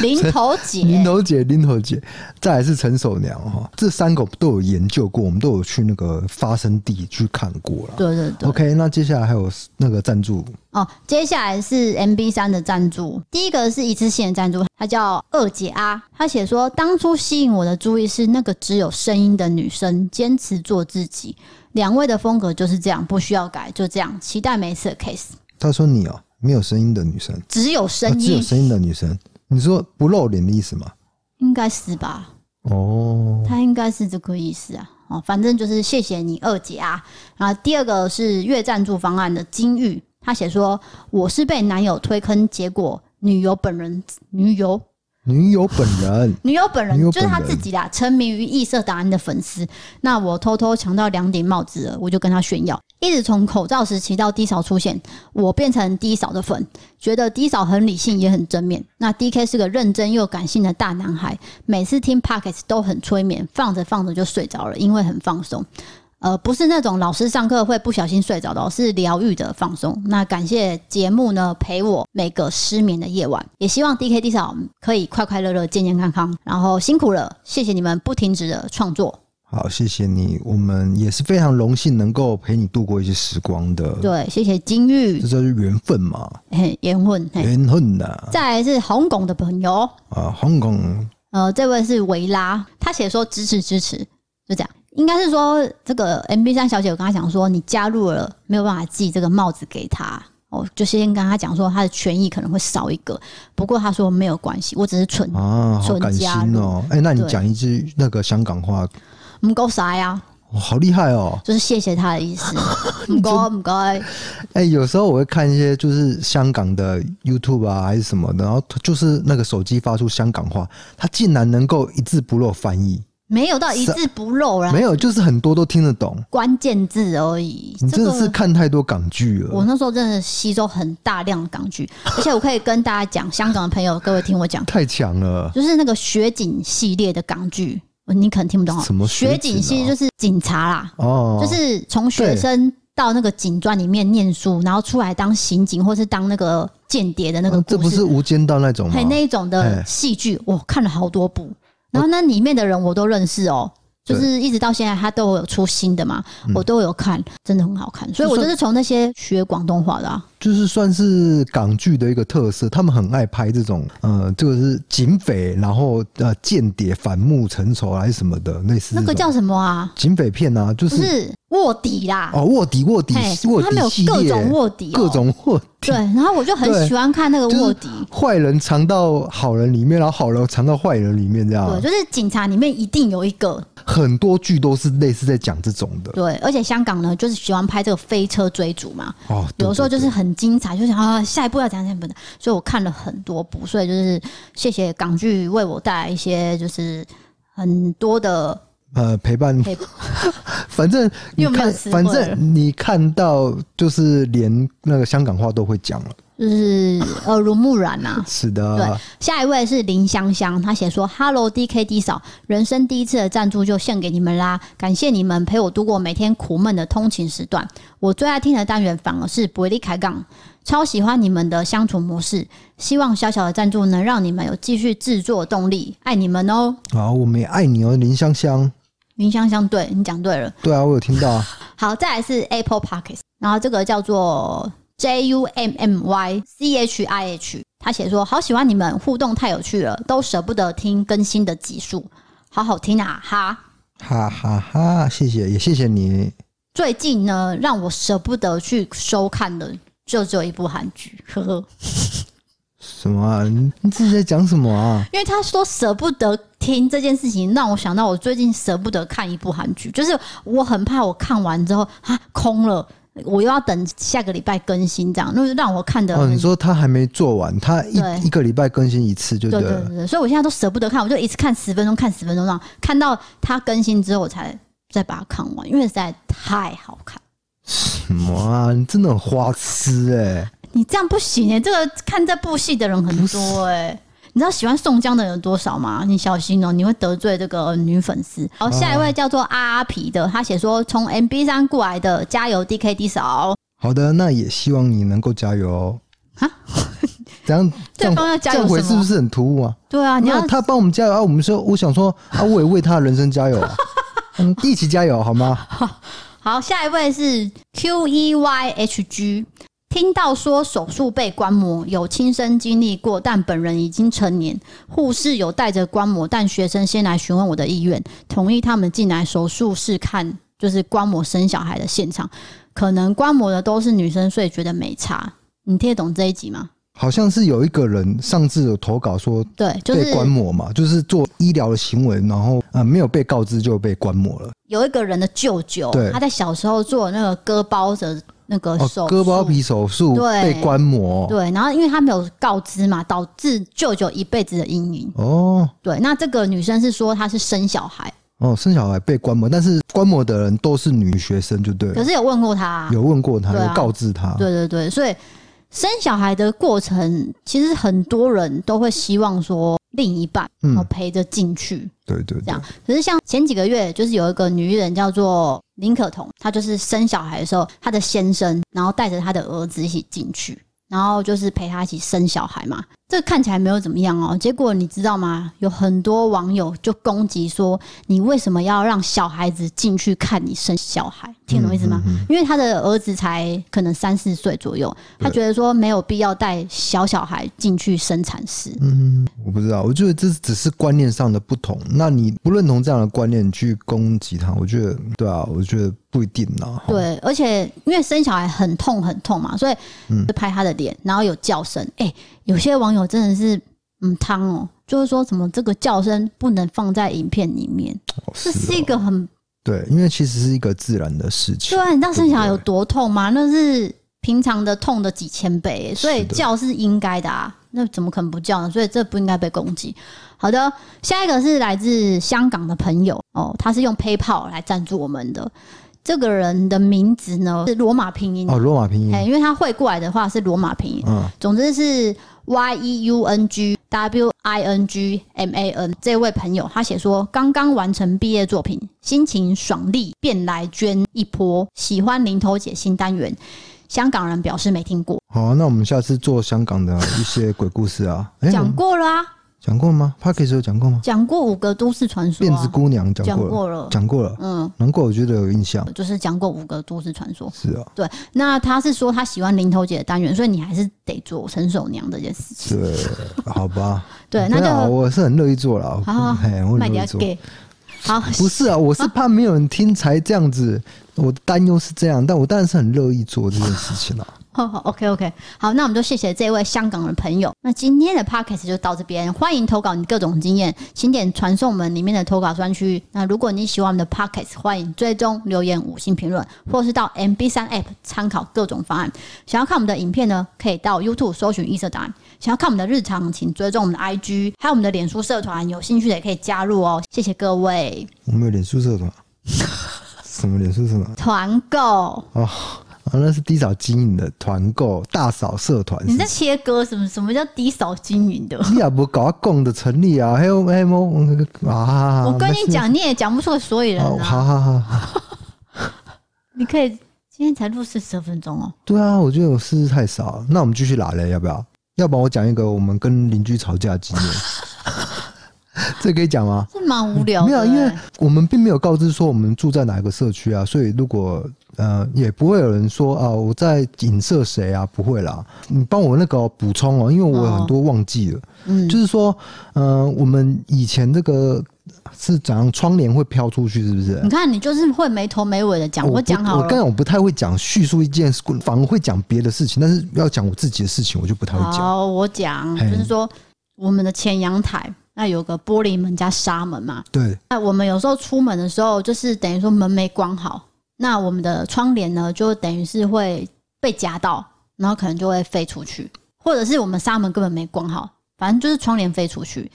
S1: 林头姐，
S2: 林头姐，林头姐，再来是陈守娘哈、哦，这三个都有研究过，我们都有去那个发生地去看过了。
S1: 对对对。
S2: OK，那接下来还有那个赞助
S1: 哦，接下来是 MB 三的赞助，第一个是一次性的赞助，她叫二姐啊，她写说当初吸引我的注意是那个只有声音的女生坚持做自己，两位的风格就是这样，不需要改，就这样，期待每一次的 case，
S2: 他说你哦，没有声音的女生，
S1: 只有
S2: 啊
S1: 声
S2: 只有
S1: 音，
S2: 声音的女生，你说不露脸的意思吗？
S1: 应该是吧？
S2: 哦，
S1: 他应该是这个意思啊。哦，反正就是谢谢你二姐啊。然后第二个是月赞助方案的金玉，他写说我是被男友推坑，结果女友本人女友
S2: 女友本人
S1: 女友本人
S2: 嗯女友
S1: 就是
S2: 本人
S1: 她自己啦，沉迷于异色答案的粉丝。那我偷偷抢到两顶帽子了，我就跟她炫耀，一直从口罩时期到低潮出现，我变成低潮的粉，觉得低潮很理性也很正面。那 D K 是个认真又感性的大男孩，每次听 p o c k e t 都很催眠，放着放着就睡着了，因为很放松。呃，不是那种老师上课会不小心睡着的哦，是疗愈的放松。那感谢节目呢陪我每个失眠的夜晚，也希望 D K D 嫂可以快快乐乐、健健康康。然后辛苦了，谢谢你们不停止的创作。
S2: 好，谢谢你，我们也是非常荣幸能够陪你度过一些时光的，
S1: 对，谢谢金玉
S2: 这、就是缘分嘛，
S1: 嘿，言混，嘿，
S2: 缘分呐
S1: 再来是红拱的朋友，
S2: 啊，香港
S1: 呃，这位是维拉，他写说支持支持，就这样。应该是说，这个 MB 三小姐，我跟她讲说，你加入了没有办法寄这个帽子给她，哦，就先跟她讲说，她的权益可能会少一个。不过她说没有关系，我只是蠢，
S2: 啊，好
S1: 纯
S2: 感心
S1: 加
S2: 哦、哎、那你
S1: 对
S2: 讲一句那个香港话，
S1: 唔够啥呀，
S2: 哦好厉害哦！
S1: 就是谢谢她的意 思。唔够唔该，
S2: 哎、有时候我会看一些就是香港的 YouTube 啊，还是什么的，然后它就是那个手机发出香港话，它竟然能够一字不漏翻译，
S1: 没有到一字不漏啦
S2: 没，有，就是很多都听得懂。
S1: 关键字而已。
S2: 你真的是
S1: 个
S2: 看太多港剧
S1: 我
S2: 了，
S1: 那时候真的吸收很大量的港剧，而且我可以跟大家讲，香港的朋友，各位听我讲，
S2: 太强了。
S1: 就是那个雪警系列的港剧，你可能听不懂哦。
S2: 什么
S1: 雪
S2: 雪
S1: 警
S2: 警
S1: 系列
S2: 啊
S1: 就是警察啦，
S2: 哦，
S1: 就是从学
S2: 对
S1: 生到那个警专里面念书，然后出来当刑警或是当那个间谍的那个
S2: 嗯这
S1: 故
S2: 不是
S1: 事，
S2: 《无间道》那种吗
S1: 还有？那一种的
S2: 哎哦
S1: 戏剧，我看了好多部，然后那里面的人我都认识哦。就
S2: 对嗯
S1: 是一直到现在，他都有出新的嘛，我都有看，真的很好看。所以我就是从那些学广东话的、啊，
S2: 就是算是港剧的一个特色，他们很爱拍这种，呃，这个是警匪，然后呃间谍反目成仇还是什么的，类似这
S1: 那
S2: 种
S1: 个叫什么啊？
S2: 警匪片啊，就
S1: 不
S2: 是
S1: 是卧底啦，
S2: 哦卧底卧底
S1: 嘿
S2: 卧
S1: 他们
S2: 底
S1: 有
S2: 系
S1: 各
S2: 列，
S1: 种卧底、哦
S2: 各。种卧底
S1: 对，，然后我就很
S2: 对
S1: 喜欢看那个
S2: 就是
S1: 卧底。
S2: 坏人藏到好人里面，然后好人藏到坏人里面，
S1: 对，
S2: 这样
S1: 就是警察里面一定有一个
S2: 很多剧都是类似在讲这种的
S1: 对，而且香港呢，就是喜欢拍这个飞车追逐嘛，
S2: 哦。对
S1: 有时候就
S2: 对
S1: 是很精彩，就想啊下一步要讲什么的，所以我看了很多部，所以就是谢谢港剧为我带来一些就是很多的
S2: 呃陪伴
S1: 陪，
S2: 反 正你
S1: 又没有
S2: 看，
S1: 词汇
S2: 反
S1: 了
S2: 正你看到就是连那个香港话都会讲了，
S1: 就是耳濡目染啊呐、
S2: 是的。
S1: 下一位是林香香，她写说：“Hello D K D 嫂，人生第一次的赞助就献给你们啦，感谢你们陪我度过每天苦闷的通勤时段。我最爱听的单元反而是伯利开杠，超喜欢你们的相处模式。希望小小的赞助能让你们有继续制作动力，爱你们哦。”
S2: 好，我们也爱你哦，林香香。
S1: 林香香，对你讲对了。
S2: 对啊，我有听到啊。
S1: 好，再来是 Apple Pockets，然后这个叫做 J U M M Y C H I H，他写说好喜欢你们，互动太有趣了，都舍不得听更新的集数，好好听啊哈！
S2: 哈哈哈！谢谢，也谢谢你。
S1: 最近呢，让我舍不得去收看的就只有一部韩剧，呵呵，
S2: 什么啊？你你自己在讲什么啊？
S1: 因为他说舍不得听这件事情，让我想到我最近舍不得看一部韩剧，就是我很怕我看完之后啊空了。我又要等下个礼拜更新，这样，那就让我看的
S2: 哦，你说他还没做完，他
S1: 对
S2: 一一个礼拜更新一次就
S1: 对
S2: 对
S1: 对
S2: 了。
S1: 对对，所以我现在都舍不得看，我就一次看十分钟，看十分钟，这样看到它更新之后，我才再把它看完，因为实在太好看。
S2: 什么啊？你真的很花痴哎、
S1: 你这样不行
S2: 嗯
S1: 哎、这个看这部戏的人很多哎、你知道喜欢宋江的人有多少吗？你小心哦、你会得罪这个女粉丝。好，下一
S2: 哦
S1: 位叫做阿阿皮的，他写说从 MB 三过来的，加油 DKD 嫂，
S2: 好的，那也希望你能够加油哦。
S1: 啊，
S2: 这样
S1: 对
S2: 这样
S1: 方要加
S2: 这
S1: 油
S2: 样回
S1: 什
S2: 是不
S1: 么？
S2: 是很突兀啊？
S1: 对啊，你
S2: 没
S1: 要
S2: 有，他帮我们加油啊，我们说我想说啊，我也为他的人生加 油啊，嗯，一起加油好吗？
S1: 好，下一位是 Q E Y H G。听到说手术被观摩，有亲身经历过，但本人已经成年。护士有带着观摩，但学生先来询问我的意愿，同意他们进来手术室看，就是观摩生小孩的现场。可能观摩的都是女生，所以觉得没差。你听得懂这一集吗？
S2: 好像是有一个人上次有投稿说
S1: 对，就
S2: 被
S1: 是
S2: 观摩嘛，就是做医疗的行为，然后呃没有被告知就被观摩了。
S1: 有一个人的舅舅
S2: 对，
S1: 他在小时候做那个割包的那个手术、
S2: 哦，割包皮手术
S1: 对
S2: 被观摩。
S1: 对，然后因为他没有告知嘛，导致舅舅一辈子的阴影。
S2: 哦
S1: 对，那这个女生是说她是生小孩，
S2: 哦，生小孩被观摩，但是观摩的人都是女学生，就对
S1: 可
S2: 了。
S1: 是有问过她、啊，
S2: 有问过他，
S1: 对啊
S2: 有告知他。
S1: 对对对，所以生小孩的过程，其实很多人都会希望说，另一半，
S2: 嗯
S1: 然后陪着进去
S2: 对对
S1: 这
S2: 对
S1: 样，。可是像前几个月，就是有一个女艺人叫做林可彤，她就是生小孩的时候，她的先生然后带着她的儿子一起进去，然后就是陪她一起生小孩嘛。这个看起来没有怎么样哦，结果你知道吗？有很多网友就攻击说，你为什么要让小孩子进去看你生小孩？听懂我意思吗？
S2: 嗯嗯嗯
S1: 因为他的儿子才可能三四岁左右，他
S2: 对
S1: 觉得说没有必要带小小孩进去生产室。
S2: 嗯，我不知道，我觉得这只是观念上的不同。那你不认同这样的观念，你去攻击他，我觉得对啊，我觉得不一定啦。齁，
S1: 对，而且因为生小孩很痛很痛嘛，所以
S2: 嗯
S1: 就拍他的脸，然后有叫声。哎、有些网友真的是嗯汤哦，就是说什么这个叫声不能放在影片里面，
S2: 哦
S1: 这
S2: 哦
S1: 是一个很
S2: 对，因为其实是一个自然的事情
S1: 对。啊，你知道生小孩有多痛吗？那是平常的痛的几千倍耶，所以
S2: 是的
S1: 叫是应该的啊。那怎么可能不叫呢？所以这不应该被攻击。好的，下一个是来自香港的朋友哦，他是用 PayPal 来赞助我们的。这个人的名字呢是罗马拼音，
S2: 哦，罗马拼音，
S1: 哎，因为他会过来的话是罗马拼音。
S2: 嗯，
S1: 总之是 Y E U N G W I N G M A N 这位朋友，他写说刚刚完成毕业作品，心情爽利，便来捐一波。喜欢林头姐新单元，香港人表示没听过，
S2: 好、啊，那我们下次做香港的一些鬼故事啊。哎、我
S1: 讲
S2: 们
S1: 过了啊，
S2: 讲过吗 p a c k a g e 有讲过吗？
S1: 讲过五个都市传说、
S2: 辫子
S1: 啊，
S2: 姑娘讲
S1: 讲
S2: 过了，
S1: 过了，
S2: 讲过了，
S1: 嗯，
S2: 难怪我觉得有印象。
S1: 就是讲过五个都市传说。
S2: 是啊，
S1: 对，那他是说他喜欢林头姐的单元，所以你还是得做陈守娘这件事情。
S2: 对，好吧，
S1: 对，那
S2: 对啊
S1: 就
S2: 我是很乐意做啦。
S1: 好好
S2: 嘿，我
S1: 卖
S2: 很乐
S1: 点
S2: 意做。
S1: 给。好，
S2: 不是啊，我是怕没有人听才这样子，我的担忧是这样，但我当然是很乐意做这件事情啊啦、
S1: 好好，OK OK，好，那我们就谢谢这位香港的朋友。那今天的 podcast 就到这边，欢迎投稿你各种经验，请点传送门里面的投稿专区。那如果你喜欢我们的 podcast，欢迎追踪留言、五星评论，或是到 MB 三 app 参考各种方案。想要看我们的影片呢，可以到 YouTube 搜寻“异色答案”。想要看我们的日常，请追踪我们的 IG，还有我们的脸书社团，有兴趣的也可以加入哦。谢谢各位，
S2: 我们有脸书社团，什么脸书社团？
S1: 团购，
S2: 哦，啊，那是低嫂经营的团购大嫂社团。
S1: 你在切割什么？什么叫低扫均匀的？
S2: 你也不搞啊共的成立啊，还有还有啊，
S1: 我跟
S2: 没
S1: 你
S2: 事，
S1: 讲，你也讲不出个所以然
S2: 哦，
S1: 啊！
S2: 好好好好，
S1: 你可以今天才录四十分钟哦。
S2: 对啊，我觉得我事太少了，那我们继续拉嘞，要不要？要不然我讲一个我们跟邻居吵架的 经验，这可以讲吗？
S1: 是蛮无聊的、
S2: 嗯没有，因为
S1: 欸
S2: 我们并没有告知说我们住在哪一个社区啊，所以如果呃也不会有人说啊、我在影射谁啊，不会啦。你帮我那个哦补、充哦，因为我有很多忘记了，
S1: 嗯，
S2: 就是说，呃，我们以前这个是怎样窗帘会飘出去，是不是？
S1: 你看你就是会没头没尾的讲，
S2: 不
S1: 嗯我讲好
S2: 我刚才
S1: 了。
S2: 我不太会讲叙述一件事，反而会讲别的事情，但是要讲我自己的事情，我就不太会讲。
S1: 好，我讲，
S2: 嘿
S1: 就是说我们的前阳台那有个玻璃门加纱门嘛，
S2: 对，
S1: 那我们有时候出门的时候，就是等于说门没关好，那我们的窗帘呢，就等于是会被夹到，然后可能就会飞出去，或者是我们纱门根本没关好，反正就是窗帘飞出去，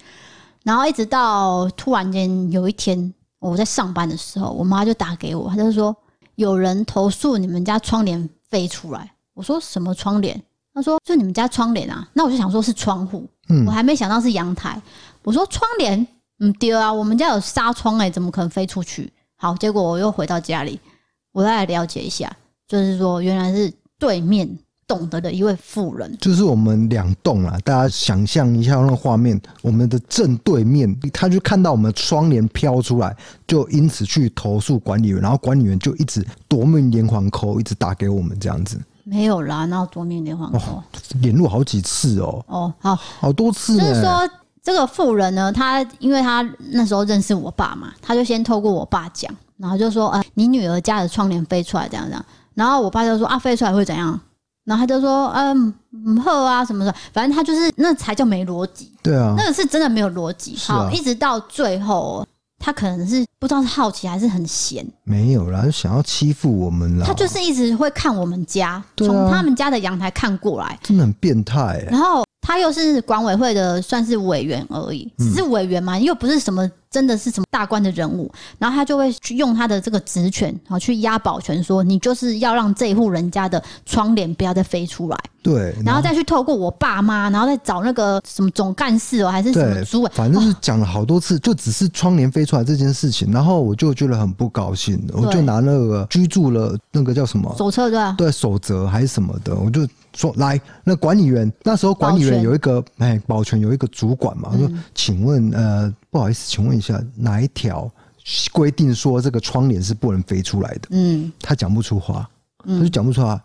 S1: 然后一直到突然间有一天我在上班的时候，我妈就打给我，她就说有人投诉你们家窗帘飞出来，我说什么窗帘？她说就你们家窗帘啊，那我就想说是窗户，
S2: 嗯
S1: 我，还没想到是阳台。我说窗帘，嗯，对啊，我们家有纱窗哎、怎么可能飞出去？好，结果我又回到家里，我再来了解一下，就是说原来是对面懂得的一位妇人，
S2: 就是我们两栋啦，大家想象一下那个画面，我们的正对面，他就看到我们窗帘飘出来，就因此去投诉管理员，然后管理员就一直夺命连环扣，一直打给我们这样子，
S1: 没有啦，然后桌面连环扣。
S2: 联络好几次哦，
S1: 哦，好，
S2: 好多次
S1: 就
S2: 呢、
S1: 是说这个妇人呢，她因为她那时候认识我爸嘛，她就先透过我爸讲，然后就说：“呃，你女儿家的窗帘飞出来，这样这样。”然后我爸就说：“啊，飞出来会怎样？”然后他就说：“嗯，嗯后啊什么的，反正他就是那才叫没逻辑，
S2: 对啊，
S1: 那个是真的没有逻辑。
S2: 是啊
S1: 好，一直到最后哦，他可能是不知道是好奇还是很闲，
S2: 没有啦，就想要欺负我们啦，
S1: 他就是一直会看我们家，
S2: 啊对啊
S1: 从他们家的阳台看过来，
S2: 真的很变态、欸，
S1: 然后他又是管委会的算是委员而已，
S2: 嗯
S1: 只是委员嘛，又不是什么真的是什么大官的人物，然后他就会去用他的这个职权，然后去押保全说，你就是要让这一户人家的窗帘不要再飞出来，
S2: 对，啊
S1: 然后再去透过我爸妈，然后再找那个什么总干事哦、还是什么
S2: 对
S1: 主委，，
S2: 反正是讲了好多次，就只是窗帘飞出来这件事情，然后我就觉得很不高兴，我就拿那个居住了那个叫什么
S1: 手册对吧、
S2: 对守则还是什么的，我就说来，那管理员那时候管理
S1: 保
S2: 员
S1: 全嗯
S2: 有一个哎保全有一个主管嘛，我说请问呃不好意思，请问一下哪一条规定说这个窗帘是不能飞出来的？
S1: 嗯，
S2: 他讲不出话，他就讲不出话。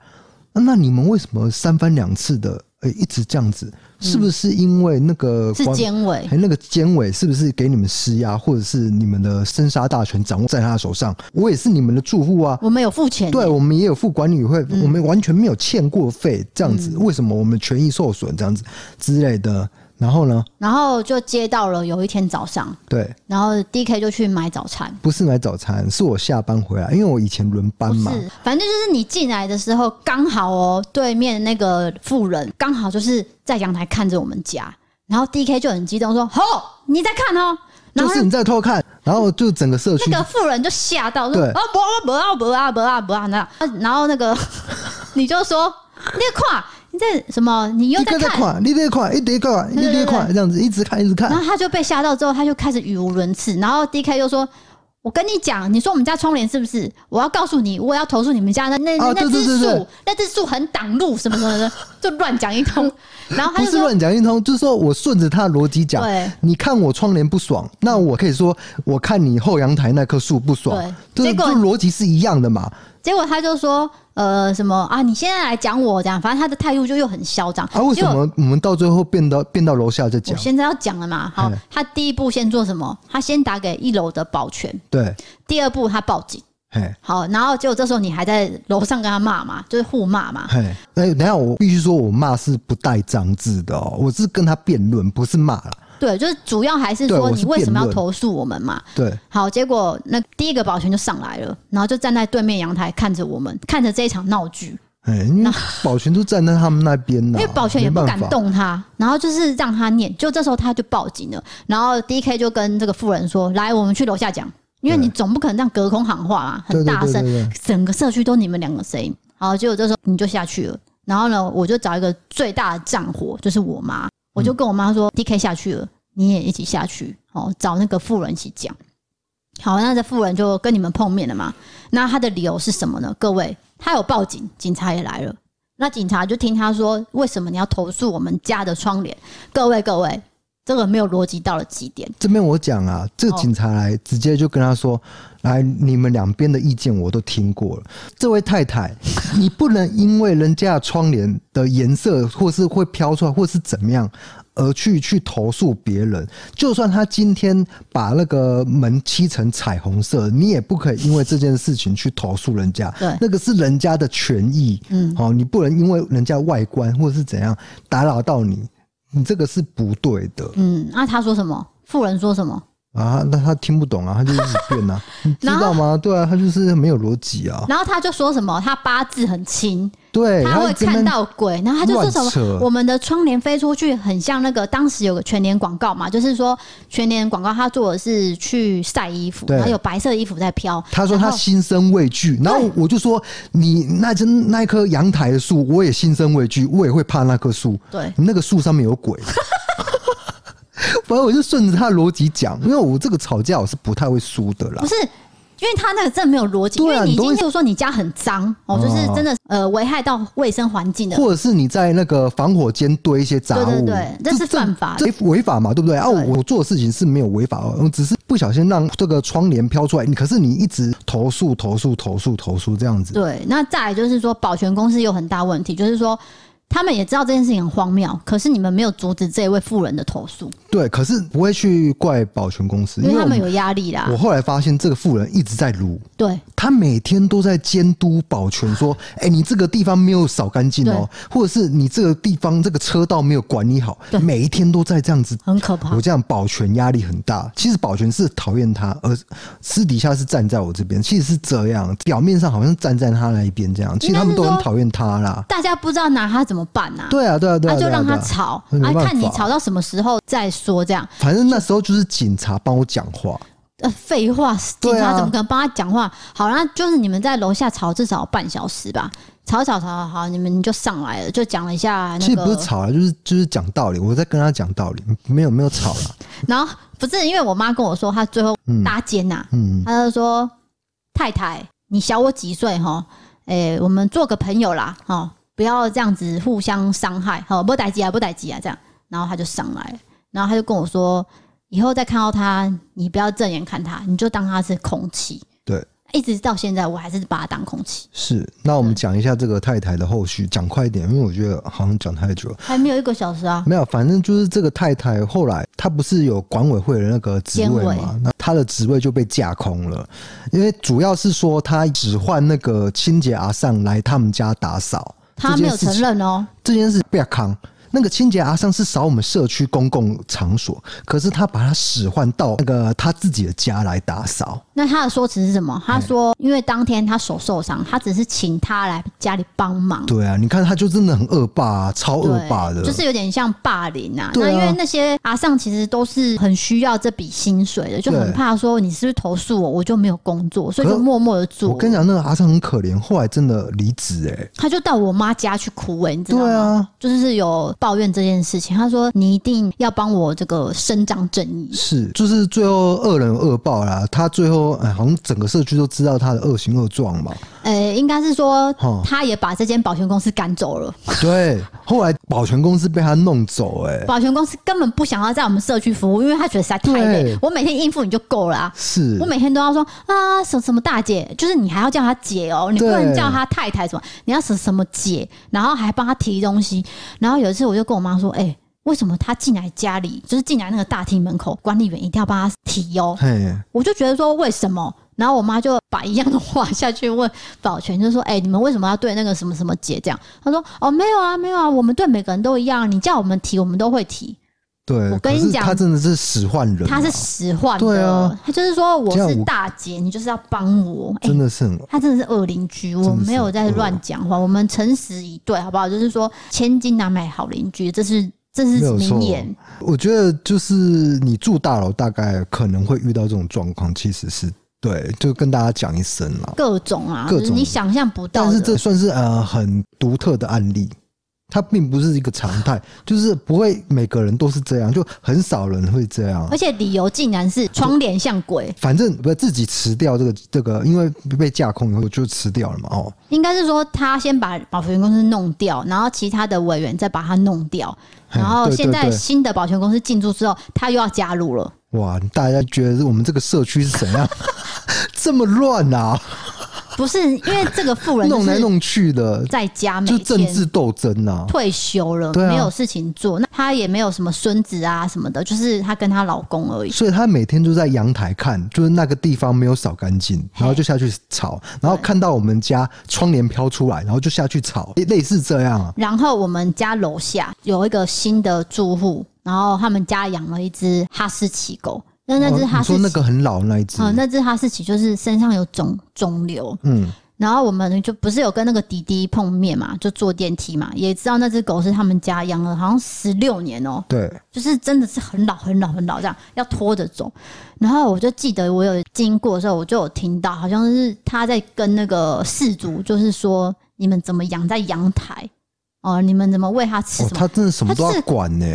S2: 那你们为什么三番两次的哎、一直这样子？是不是因为那个
S1: 嗯是
S2: 管
S1: 监委
S2: 哎、，那个监委是不是给你们施压，或者是你们的生杀大权掌握在他的手上？我也是你们的住户啊，
S1: 我们有付钱，
S2: 对我们也有付管理费，
S1: 嗯
S2: 我们完全没有欠过费，这样子、为什么我们权益受损这样子之类的？然后呢，
S1: 然后就接到了有一天早上，
S2: 对，
S1: 然后 D K 就去买早餐。
S2: 不是买早餐，是我下班回来，因为我以前轮班
S1: 不
S2: 嘛，
S1: 哦是，反正就是你进来的时候刚好哦，对面那个妇人刚好就是在阳台看着我们家，然后 D K 就很激动说：“吼，你在看哦！”然
S2: 就
S1: 后
S2: 是你在偷看，然后就整个社区
S1: 那个妇人就吓到说：“
S2: 对
S1: 哦，不不不不啊不啊不啊！”那然后那个 你就说：“你在看，你在什么？你又
S2: 一
S1: 在
S2: 个在
S1: 看。”
S2: 看，一个在看，一个在看，
S1: 对
S2: 一
S1: 对
S2: 个在
S1: 对
S2: 看，这样子一直看一直
S1: 然后
S2: 看，
S1: 他就被吓到之后，他就开始语无伦次。然后 D K 就说：“我跟你讲，你说我们家窗帘是不是？我要告诉你，我要投诉你们家那那、
S2: 啊
S1: 那只
S2: 对对对
S1: 树，
S2: 对
S1: 那只树很挡路，什么什么的，就乱讲一 通。”然后他
S2: 不
S1: 就是说
S2: 乱讲一通，就是说我顺着他的逻辑：“讲，
S1: 对
S2: 你看我窗帘不爽，那我可以说我看你后阳台那棵树不爽，
S1: 对
S2: 这
S1: 结
S2: 这
S1: 果
S2: 逻辑是一样的嘛？
S1: 结果他就说：“呃，什么啊？你现在来讲我这样，反正他的态度就又很嚣张。”
S2: 啊，为什
S1: 结果
S2: 么我们到最后变到变到楼下再
S1: 我
S2: 讲？
S1: 现在要讲了嘛？好
S2: 嗯，
S1: 他第一步先做什么？他先打给一楼的保全，
S2: 对，
S1: 第二步他报警。
S2: 嘿，
S1: 好，然后结果这时候你还在楼上跟他骂嘛，就是互骂嘛。
S2: 嘿，哎，等一下我必须说，我骂是不带脏字的哦，我是跟他辩论，不是骂啦。
S1: 对，就是主要还是
S2: 对
S1: 说
S2: 我是
S1: 你为什么要
S2: 辩论
S1: 投诉我们嘛？
S2: 对，
S1: 好，结果那第一个保全就上来了，然后就站在对面阳台看着我们，看着这一场闹剧，
S2: 哎，因为保全都站在他们那边呢，
S1: 因为保全也
S2: 没
S1: 不
S2: 办
S1: 敢
S2: 法。
S1: 动他，然后就是让他念，就这时候他就报警了，然后 D K 就跟这个妇人说：“来，我们去楼下讲，因为你总不可能这样隔空喊话嘛，很
S2: 对对
S1: 大
S2: 对
S1: 声
S2: 对对，
S1: 整个社区都你们两个声音。”好，结果这时候你就下去了，然后呢，我就找一个最大的战火，就是我妈，我就跟我妈说、d
S2: 嗯
S1: K 下去了，你也一起下去，哦，找那个妇人一起讲。”好，那这妇人就跟你们碰面了嘛？那他的理由是什么呢？各位，他有报警，警察也来了。那警察就听他说，为什么你要投诉我们家的窗帘？各位各位，这个没有逻辑到了极点。
S2: 这边我讲啊，这个
S1: 哦
S2: 警察来直接就跟他说：“来，你们两边的意见我都听过了。这位 太太，你不能因为人家的窗帘的颜色，或是会飘出来，或是怎么样，而去去投诉别人。就算他今天把那个门漆成彩虹色，你也不可以因为这件事情去投诉人家。
S1: 对
S2: 那个是人家的权益。嗯，好、你不能因为人家外观或是怎样打扰到你，你这个是不对的。”
S1: 嗯，那他说什么？妇人说什么？
S2: 啊，那他听不懂啊，他就一直变 啊，你知道吗？对啊，他就是没有逻辑啊，
S1: 然后他就说什么？他八字很轻，
S2: 对，
S1: 他会
S2: 哎一直在
S1: 看
S2: 那
S1: 到鬼，然后他就说什
S2: 乱
S1: 么
S2: 扯
S1: 我们的窗帘飞出去很像那个当时有个全年广告嘛，就是说全年广告他做的是去晒衣服，
S2: 对
S1: 然后有白色衣服在飘。
S2: 他说他
S1: 然后
S2: 心生畏惧，然后我就说你那真那一棵阳台的树，我也心生畏惧，我也会怕那棵树，
S1: 对
S2: 你那个树上面有 鬼。反正我就顺着他的逻辑讲，因为我这个吵架我是不太会输的啦
S1: 不。是。因为他那个真的没有逻辑，因
S2: 对
S1: 为
S2: 啊
S1: 你已
S2: 你都
S1: 经
S2: 会
S1: 就是说你家很脏哦，就是
S2: 哦
S1: 真的呃危害到卫生环境的，
S2: 或者是你在那个防火间堆一些杂物，
S1: 对对对这是犯法的
S2: 这这违法嘛，对不对？啊，
S1: 对
S2: 我做的事情是没有违法哦，我只是不小心让这个窗帘飘出来。你可是你一直投诉、投诉、投诉、投诉这样子，
S1: 对，那再来就是说，保全公司有很大问题，就是说他们也知道这件事情很荒谬，可是你们没有阻止这位妇人的投诉，
S2: 对，可是不会去怪保全公司，
S1: 因为
S2: 我
S1: 他们有压力啦
S2: 我。后来发现这个妇人一直在撸。
S1: 对，
S2: 他每天都在监督保全，说：“哎、你这个地方没有扫干净哦，或者是你这个地方这个车道没有管理好。”每一天都在这样子
S1: 很可怕
S2: 我。这样保全压力很大。其实保全是讨厌他，而私底下是站在我这边，其实是这样，表面上好像站在他那一边这样，其实他们都很讨厌他啦。
S1: 大家不知道拿他怎么么办啊？
S2: 对啊，对啊，对
S1: 那、
S2: 啊，
S1: 就
S2: 对啊
S1: 让
S2: 对
S1: 他
S2: 啊
S1: 吵，
S2: 那没
S1: 啊，
S2: 办
S1: 看你
S2: 法
S1: 吵到什么时候再说这样。
S2: 反正那时候就是警察帮我讲话，
S1: 呃，废话，警
S2: 对
S1: 察
S2: 啊
S1: 怎么可能帮他讲话？好啦，就是你们在楼下吵至少半小时吧，吵吵吵吵吵，你们就上来了，就讲了一下
S2: 其
S1: 哎那
S2: 实不是
S1: 个，
S2: 吵啊，就是就是讲道理，我在跟他讲道理，没有没有吵 啦。
S1: 然后不是因为我妈跟我说，她最后
S2: 嗯
S1: 搭肩啊呐、
S2: 嗯，
S1: 她就说：“太太，你小我几岁哈？诶、我们做个朋友啦，哦，不要这样子互相伤害，哦，不打击啊，不打击啊，这样。”然后她就上来了，然后她就跟我说：“以后再看到她，你不要正眼看她，你就当她是空气。”
S2: 对，
S1: 一直到现在，我还是把它当空气，
S2: 是。那我们讲一下这个太太的后续，讲快一点，因为我觉得好像讲太久了。
S1: 还没有一个小时 啊。
S2: 没有，反正就是这个太太后来她不是有管委会的那个职位
S1: 监委
S2: 嘛，那她的职位就被架空了，因为主要是说她只换那个清洁阿尚来他们家打扫，
S1: 他
S2: 这
S1: 没
S2: 件
S1: 有承
S2: 事情
S1: 认哦、
S2: 这件事不要扛。那个清洁阿尚是扫我们社区公共场所，可是他把他使唤到那个他自己的家来打扫。
S1: 那他的说辞是什么？
S2: 哎
S1: 他说，因为当天他手受伤，他只是请他来家里帮忙，
S2: 对啊，你看他就真的很恶霸、啊，超恶霸的。
S1: 就是有点像霸凌啊。
S2: 对
S1: 那
S2: 啊
S1: 因为那些阿上其实都是很需要这笔薪水的，就很
S2: 对
S1: 怕说你是不是投诉我，我就没有工作，所以就
S2: 可是
S1: 默默的做
S2: 我。跟你讲，那个阿尚很可怜，后来真的离职哎。
S1: 他就到我妈家去哭哎、你知道吗？
S2: 对啊，
S1: 就是有抱怨这件事情，他说你一定要帮我这个伸张正义。
S2: 是，就是最后恶人有恶报啦。他最后哎，好像整个社区都知道他的恶行恶状嘛。
S1: 呃，应该是说
S2: 哦
S1: 他也把这间保全公司赶走了。
S2: 对，后来保全公司被他弄走、哎，
S1: 保全公司根本不想要在我们社区服务，因为他觉得实在太累
S2: 对，
S1: 我每天应付你就够了啊。
S2: 是
S1: 我每天都要说啊，什什么大姐，就是你还要叫她姐哦，你不
S2: 对
S1: 能叫她太太什么，你要什什么姐，然后还帮她提东西。然后有一次我就跟我妈说，哎、为什么她进来家里，就是进来那个大厅门口，管理员一定要帮她提哦？
S2: 嘿，
S1: 我就觉得说为什么？然后我妈就把一样的话下去问保全，就说：“哎、你们为什么要对那个什么什么姐这样？”她说：“哦，没有啊，没有啊，我们对每个人都一样，你叫我们提，我们都会提。
S2: 对，
S1: 我跟你
S2: 可是
S1: 讲
S2: 他真的是使唤人啊、
S1: 她是使唤
S2: 对
S1: 的
S2: 啊，
S1: 她、就是说我
S2: 这样
S1: 是
S2: 我
S1: 大姐，你就是要帮我。哎、
S2: 真的是很
S1: 她真的是恶邻居，我
S2: 真的是嗯
S1: 没有在乱讲话，我们诚实以对，好不好？就是说，千金难买好邻居，这是这
S2: 没
S1: 是
S2: 有错
S1: 名言。
S2: 我觉得就是你住大楼，大概可能会遇到这种状况，其实是对，就跟大家讲一声啦。
S1: 各种啊，
S2: 各
S1: 就是
S2: 种
S1: 你想象不到
S2: 但
S1: 的。
S2: 是这算是呃很独特的案例，它并不是一个常态，就是不会每个人都是这样，就很少人会这样
S1: 而。且理由竟然是窗帘像鬼，
S2: 反正不自己辞掉这个这个，因为被架空以后就辞掉了嘛。哦，
S1: 应该是说他先把保全公司弄掉，然后其他的委员再把他弄掉，
S2: 嘿
S1: 然后
S2: 对
S1: 现
S2: 对
S1: 在
S2: 对
S1: 新的保全公司进驻之后，他又要加入了。
S2: 哇，大家觉得我们这个社区是怎样 这么乱啊？
S1: 不是因为这个富人就
S2: 弄来
S1: 是
S2: 弄去的，
S1: 在家每
S2: 就政
S1: 天
S2: 治斗争啊。
S1: 退休了，
S2: 对啊
S1: 没有事情做，那他也没有什么孙子啊什么的，就是他跟他老公而已。
S2: 所以她每天就在阳台看，就是那个地方没有扫干净，然后就下去吵，然后看到我们家窗帘飘出来，然后就下去吵，类似这样啊。
S1: 然后我们家楼下有一个新的住户，然后他们家养了一只哈士奇狗，那那只
S2: 哦
S1: 哈
S2: 你
S1: 士
S2: 说
S1: 奇，
S2: 那个很老的那一只，
S1: 嗯，那只哈士奇就是身上有肿肿瘤，
S2: 嗯，
S1: 然后我们就不是有跟那个弟弟碰面嘛，就坐电梯嘛，也知道那只狗是他们家养了好像十六年哦、
S2: 对，
S1: 就是真的是很老很老很老这样，要拖着走。然后我就记得我有经过的时候，我就有听到好像是他在跟那个氏族，就是说你们怎么养在阳台哦、你们怎么喂它吃
S2: 哦，
S1: 什么，
S2: 他真的什么都
S1: 它
S2: 要
S1: 是
S2: 管呢、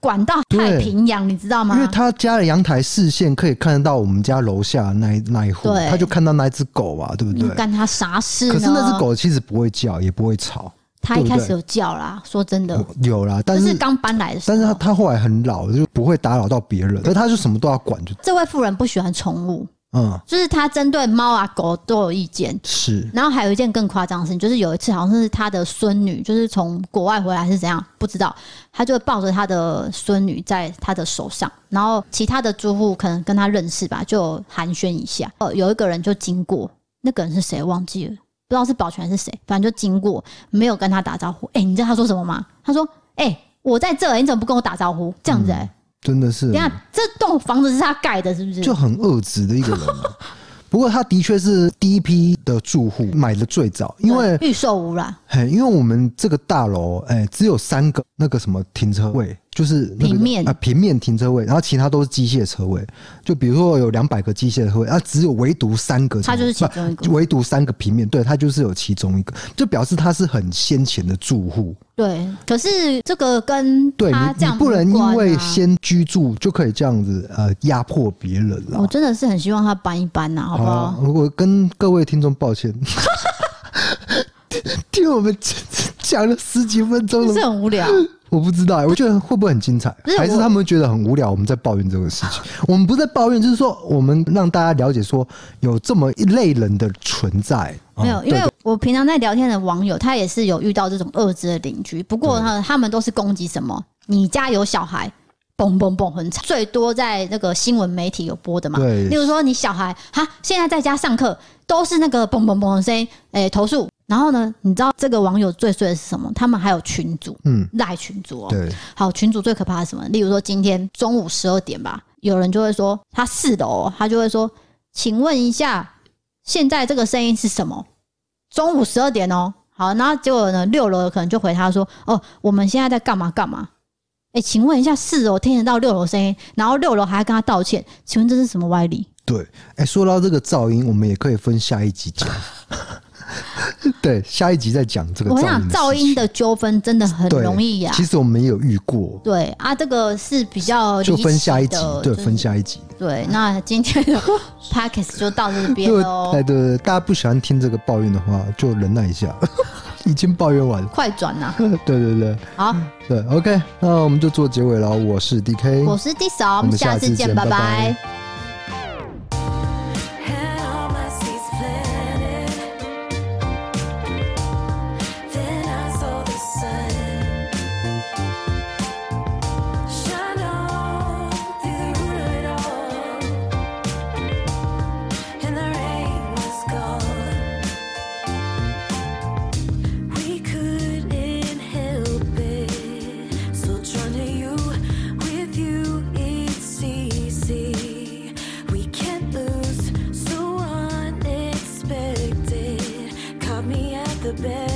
S1: 管到太平洋，你知道吗
S2: 因？为他家的阳台视线可以看得到我们家楼下那一那一户
S1: 对，
S2: 他就看到那只狗啊，对不
S1: 你
S2: 对？
S1: 干哦它啥事呢？
S2: 可是那只，狗其实不会叫，也不会吵，
S1: 它一
S2: 对不
S1: 开
S2: 对
S1: 始有叫啦，说真的，
S2: 有啦，但
S1: 就是是刚搬来的时候。
S2: 但是他他后来很老，就不会打扰到别
S1: 嗯
S2: 人，而他就什么都要管，就
S1: 这位妇人不喜欢宠物，
S2: 嗯
S1: 就是他针对猫啊狗都有意见。
S2: 是
S1: 然后还有一件更夸张的事情，就是有一次好像是他的孙女，就是从国外回来是怎样不知道，他就抱着他的孙女在他的手上，然后其他的住户可能跟他认识吧，就寒暄一下。哦，有一个人就经过，那个人是谁忘记了，不知道是保全还是谁，反正就经过，没有跟他打招呼。哎、你知道他说什么吗？他说：“哎、我在这，你怎么不跟我打招呼？”这样子、欸，
S2: 真的是
S1: 嗯等一下这栋房子是他盖的，是不是？
S2: 就很恶质的一个人啊、不过他的确是第一批的住户买的最早，因为
S1: 对预售屋啦，
S2: 嘿，因为我们这个大楼，哎、只有三个那个什么停车位，就是、那个、
S1: 平面
S2: 啊、平面停车位，然后其他都是机械车位。就比如说有两百个机械车位，啊，只有唯独三个，
S1: 它就是其中一个
S2: 不唯独三个平面，对，它就是有其中一个，就表示它是很先前的住户。
S1: 对。可是这个跟
S2: 对你
S1: 他这
S2: 你
S1: 样
S2: 不能
S1: 无关啊
S2: 因为先居住就可以这样子呃压迫别人啦。
S1: 我真的是很希望他搬一搬啊呐、好不好？
S2: 啦如果跟各位听众抱歉， 听我们讲讲了十几分钟
S1: 就
S2: 了
S1: 是很无聊，
S2: 我不知道、欸，我觉得会不会很精彩
S1: 不是，
S2: 还是
S1: 我啊
S2: 他们觉得很无聊？我们在抱怨这个事情，我们不是在抱怨，就是说我们让大家了解说有这么一类人的存在。
S1: 没有，
S2: 嗯
S1: 因为
S2: 对
S1: 我平常在聊天的网友，他也是有遇到这种恶质的邻居，不过呢，他们都是攻击什么？你家有小孩，嘣嘣嘣，很惨，最多在那个新闻媒体有播的嘛。
S2: 对
S1: 例如说你小孩哈，现在在家上课都是那个嘣嘣嘣的声音，哎、投诉。然后呢，你知道这个网友最衰的是什么？他们还有群主，
S2: 嗯，
S1: 赖群主哦。
S2: 对，
S1: 好，群主最可怕的是什么？例如说今天中午十二点吧，有人就会说他四楼哦、他就会说，请问一下，现在这个声音是什么？中午十二点哦。好，然后结果呢，六楼的可能就回他说，哦，我们现在在干嘛干嘛。哎、请问一下，四楼听得到六楼声音，然后六楼还跟他道歉，请问这是什么歪理？
S2: 对，哎、说到这个噪音，我们也可以分下一集讲。 对，下一集再讲这个
S1: 我
S2: 噪音。
S1: 想噪音的纠纷真的很
S2: 对
S1: 容易啊呀、
S2: 其实我们也有遇过，
S1: 对啊，这个是比较
S2: 就
S1: 离
S2: 分
S1: 奇
S2: 下一集
S1: 的，
S2: 对，
S1: 就是
S2: 分下一集。
S1: 对，那今天的 podcast 就到这边
S2: 如
S1: 喽
S2: 果。哎对对对，大家不喜欢听这个抱怨的话，就忍耐一下， 已经抱怨完了。
S1: 快转呐、
S2: 对对对。
S1: 好，
S2: 对，OK，那我们就做结尾了。我是 DK，
S1: 我是 D 嫂，我
S2: 我
S1: 们
S2: 们
S1: 下
S2: 下
S1: 次
S2: 次
S1: 见，
S2: 见
S1: 拜
S2: 拜
S1: 拜
S2: 拜。
S3: Had all my seeds planted. Then I saw the sun shine on through the root of it all, and the rain was gone. We couldn't help it, so drawn to you. With you, it's easy. We can't lose, so unexpected. Caught me at the best.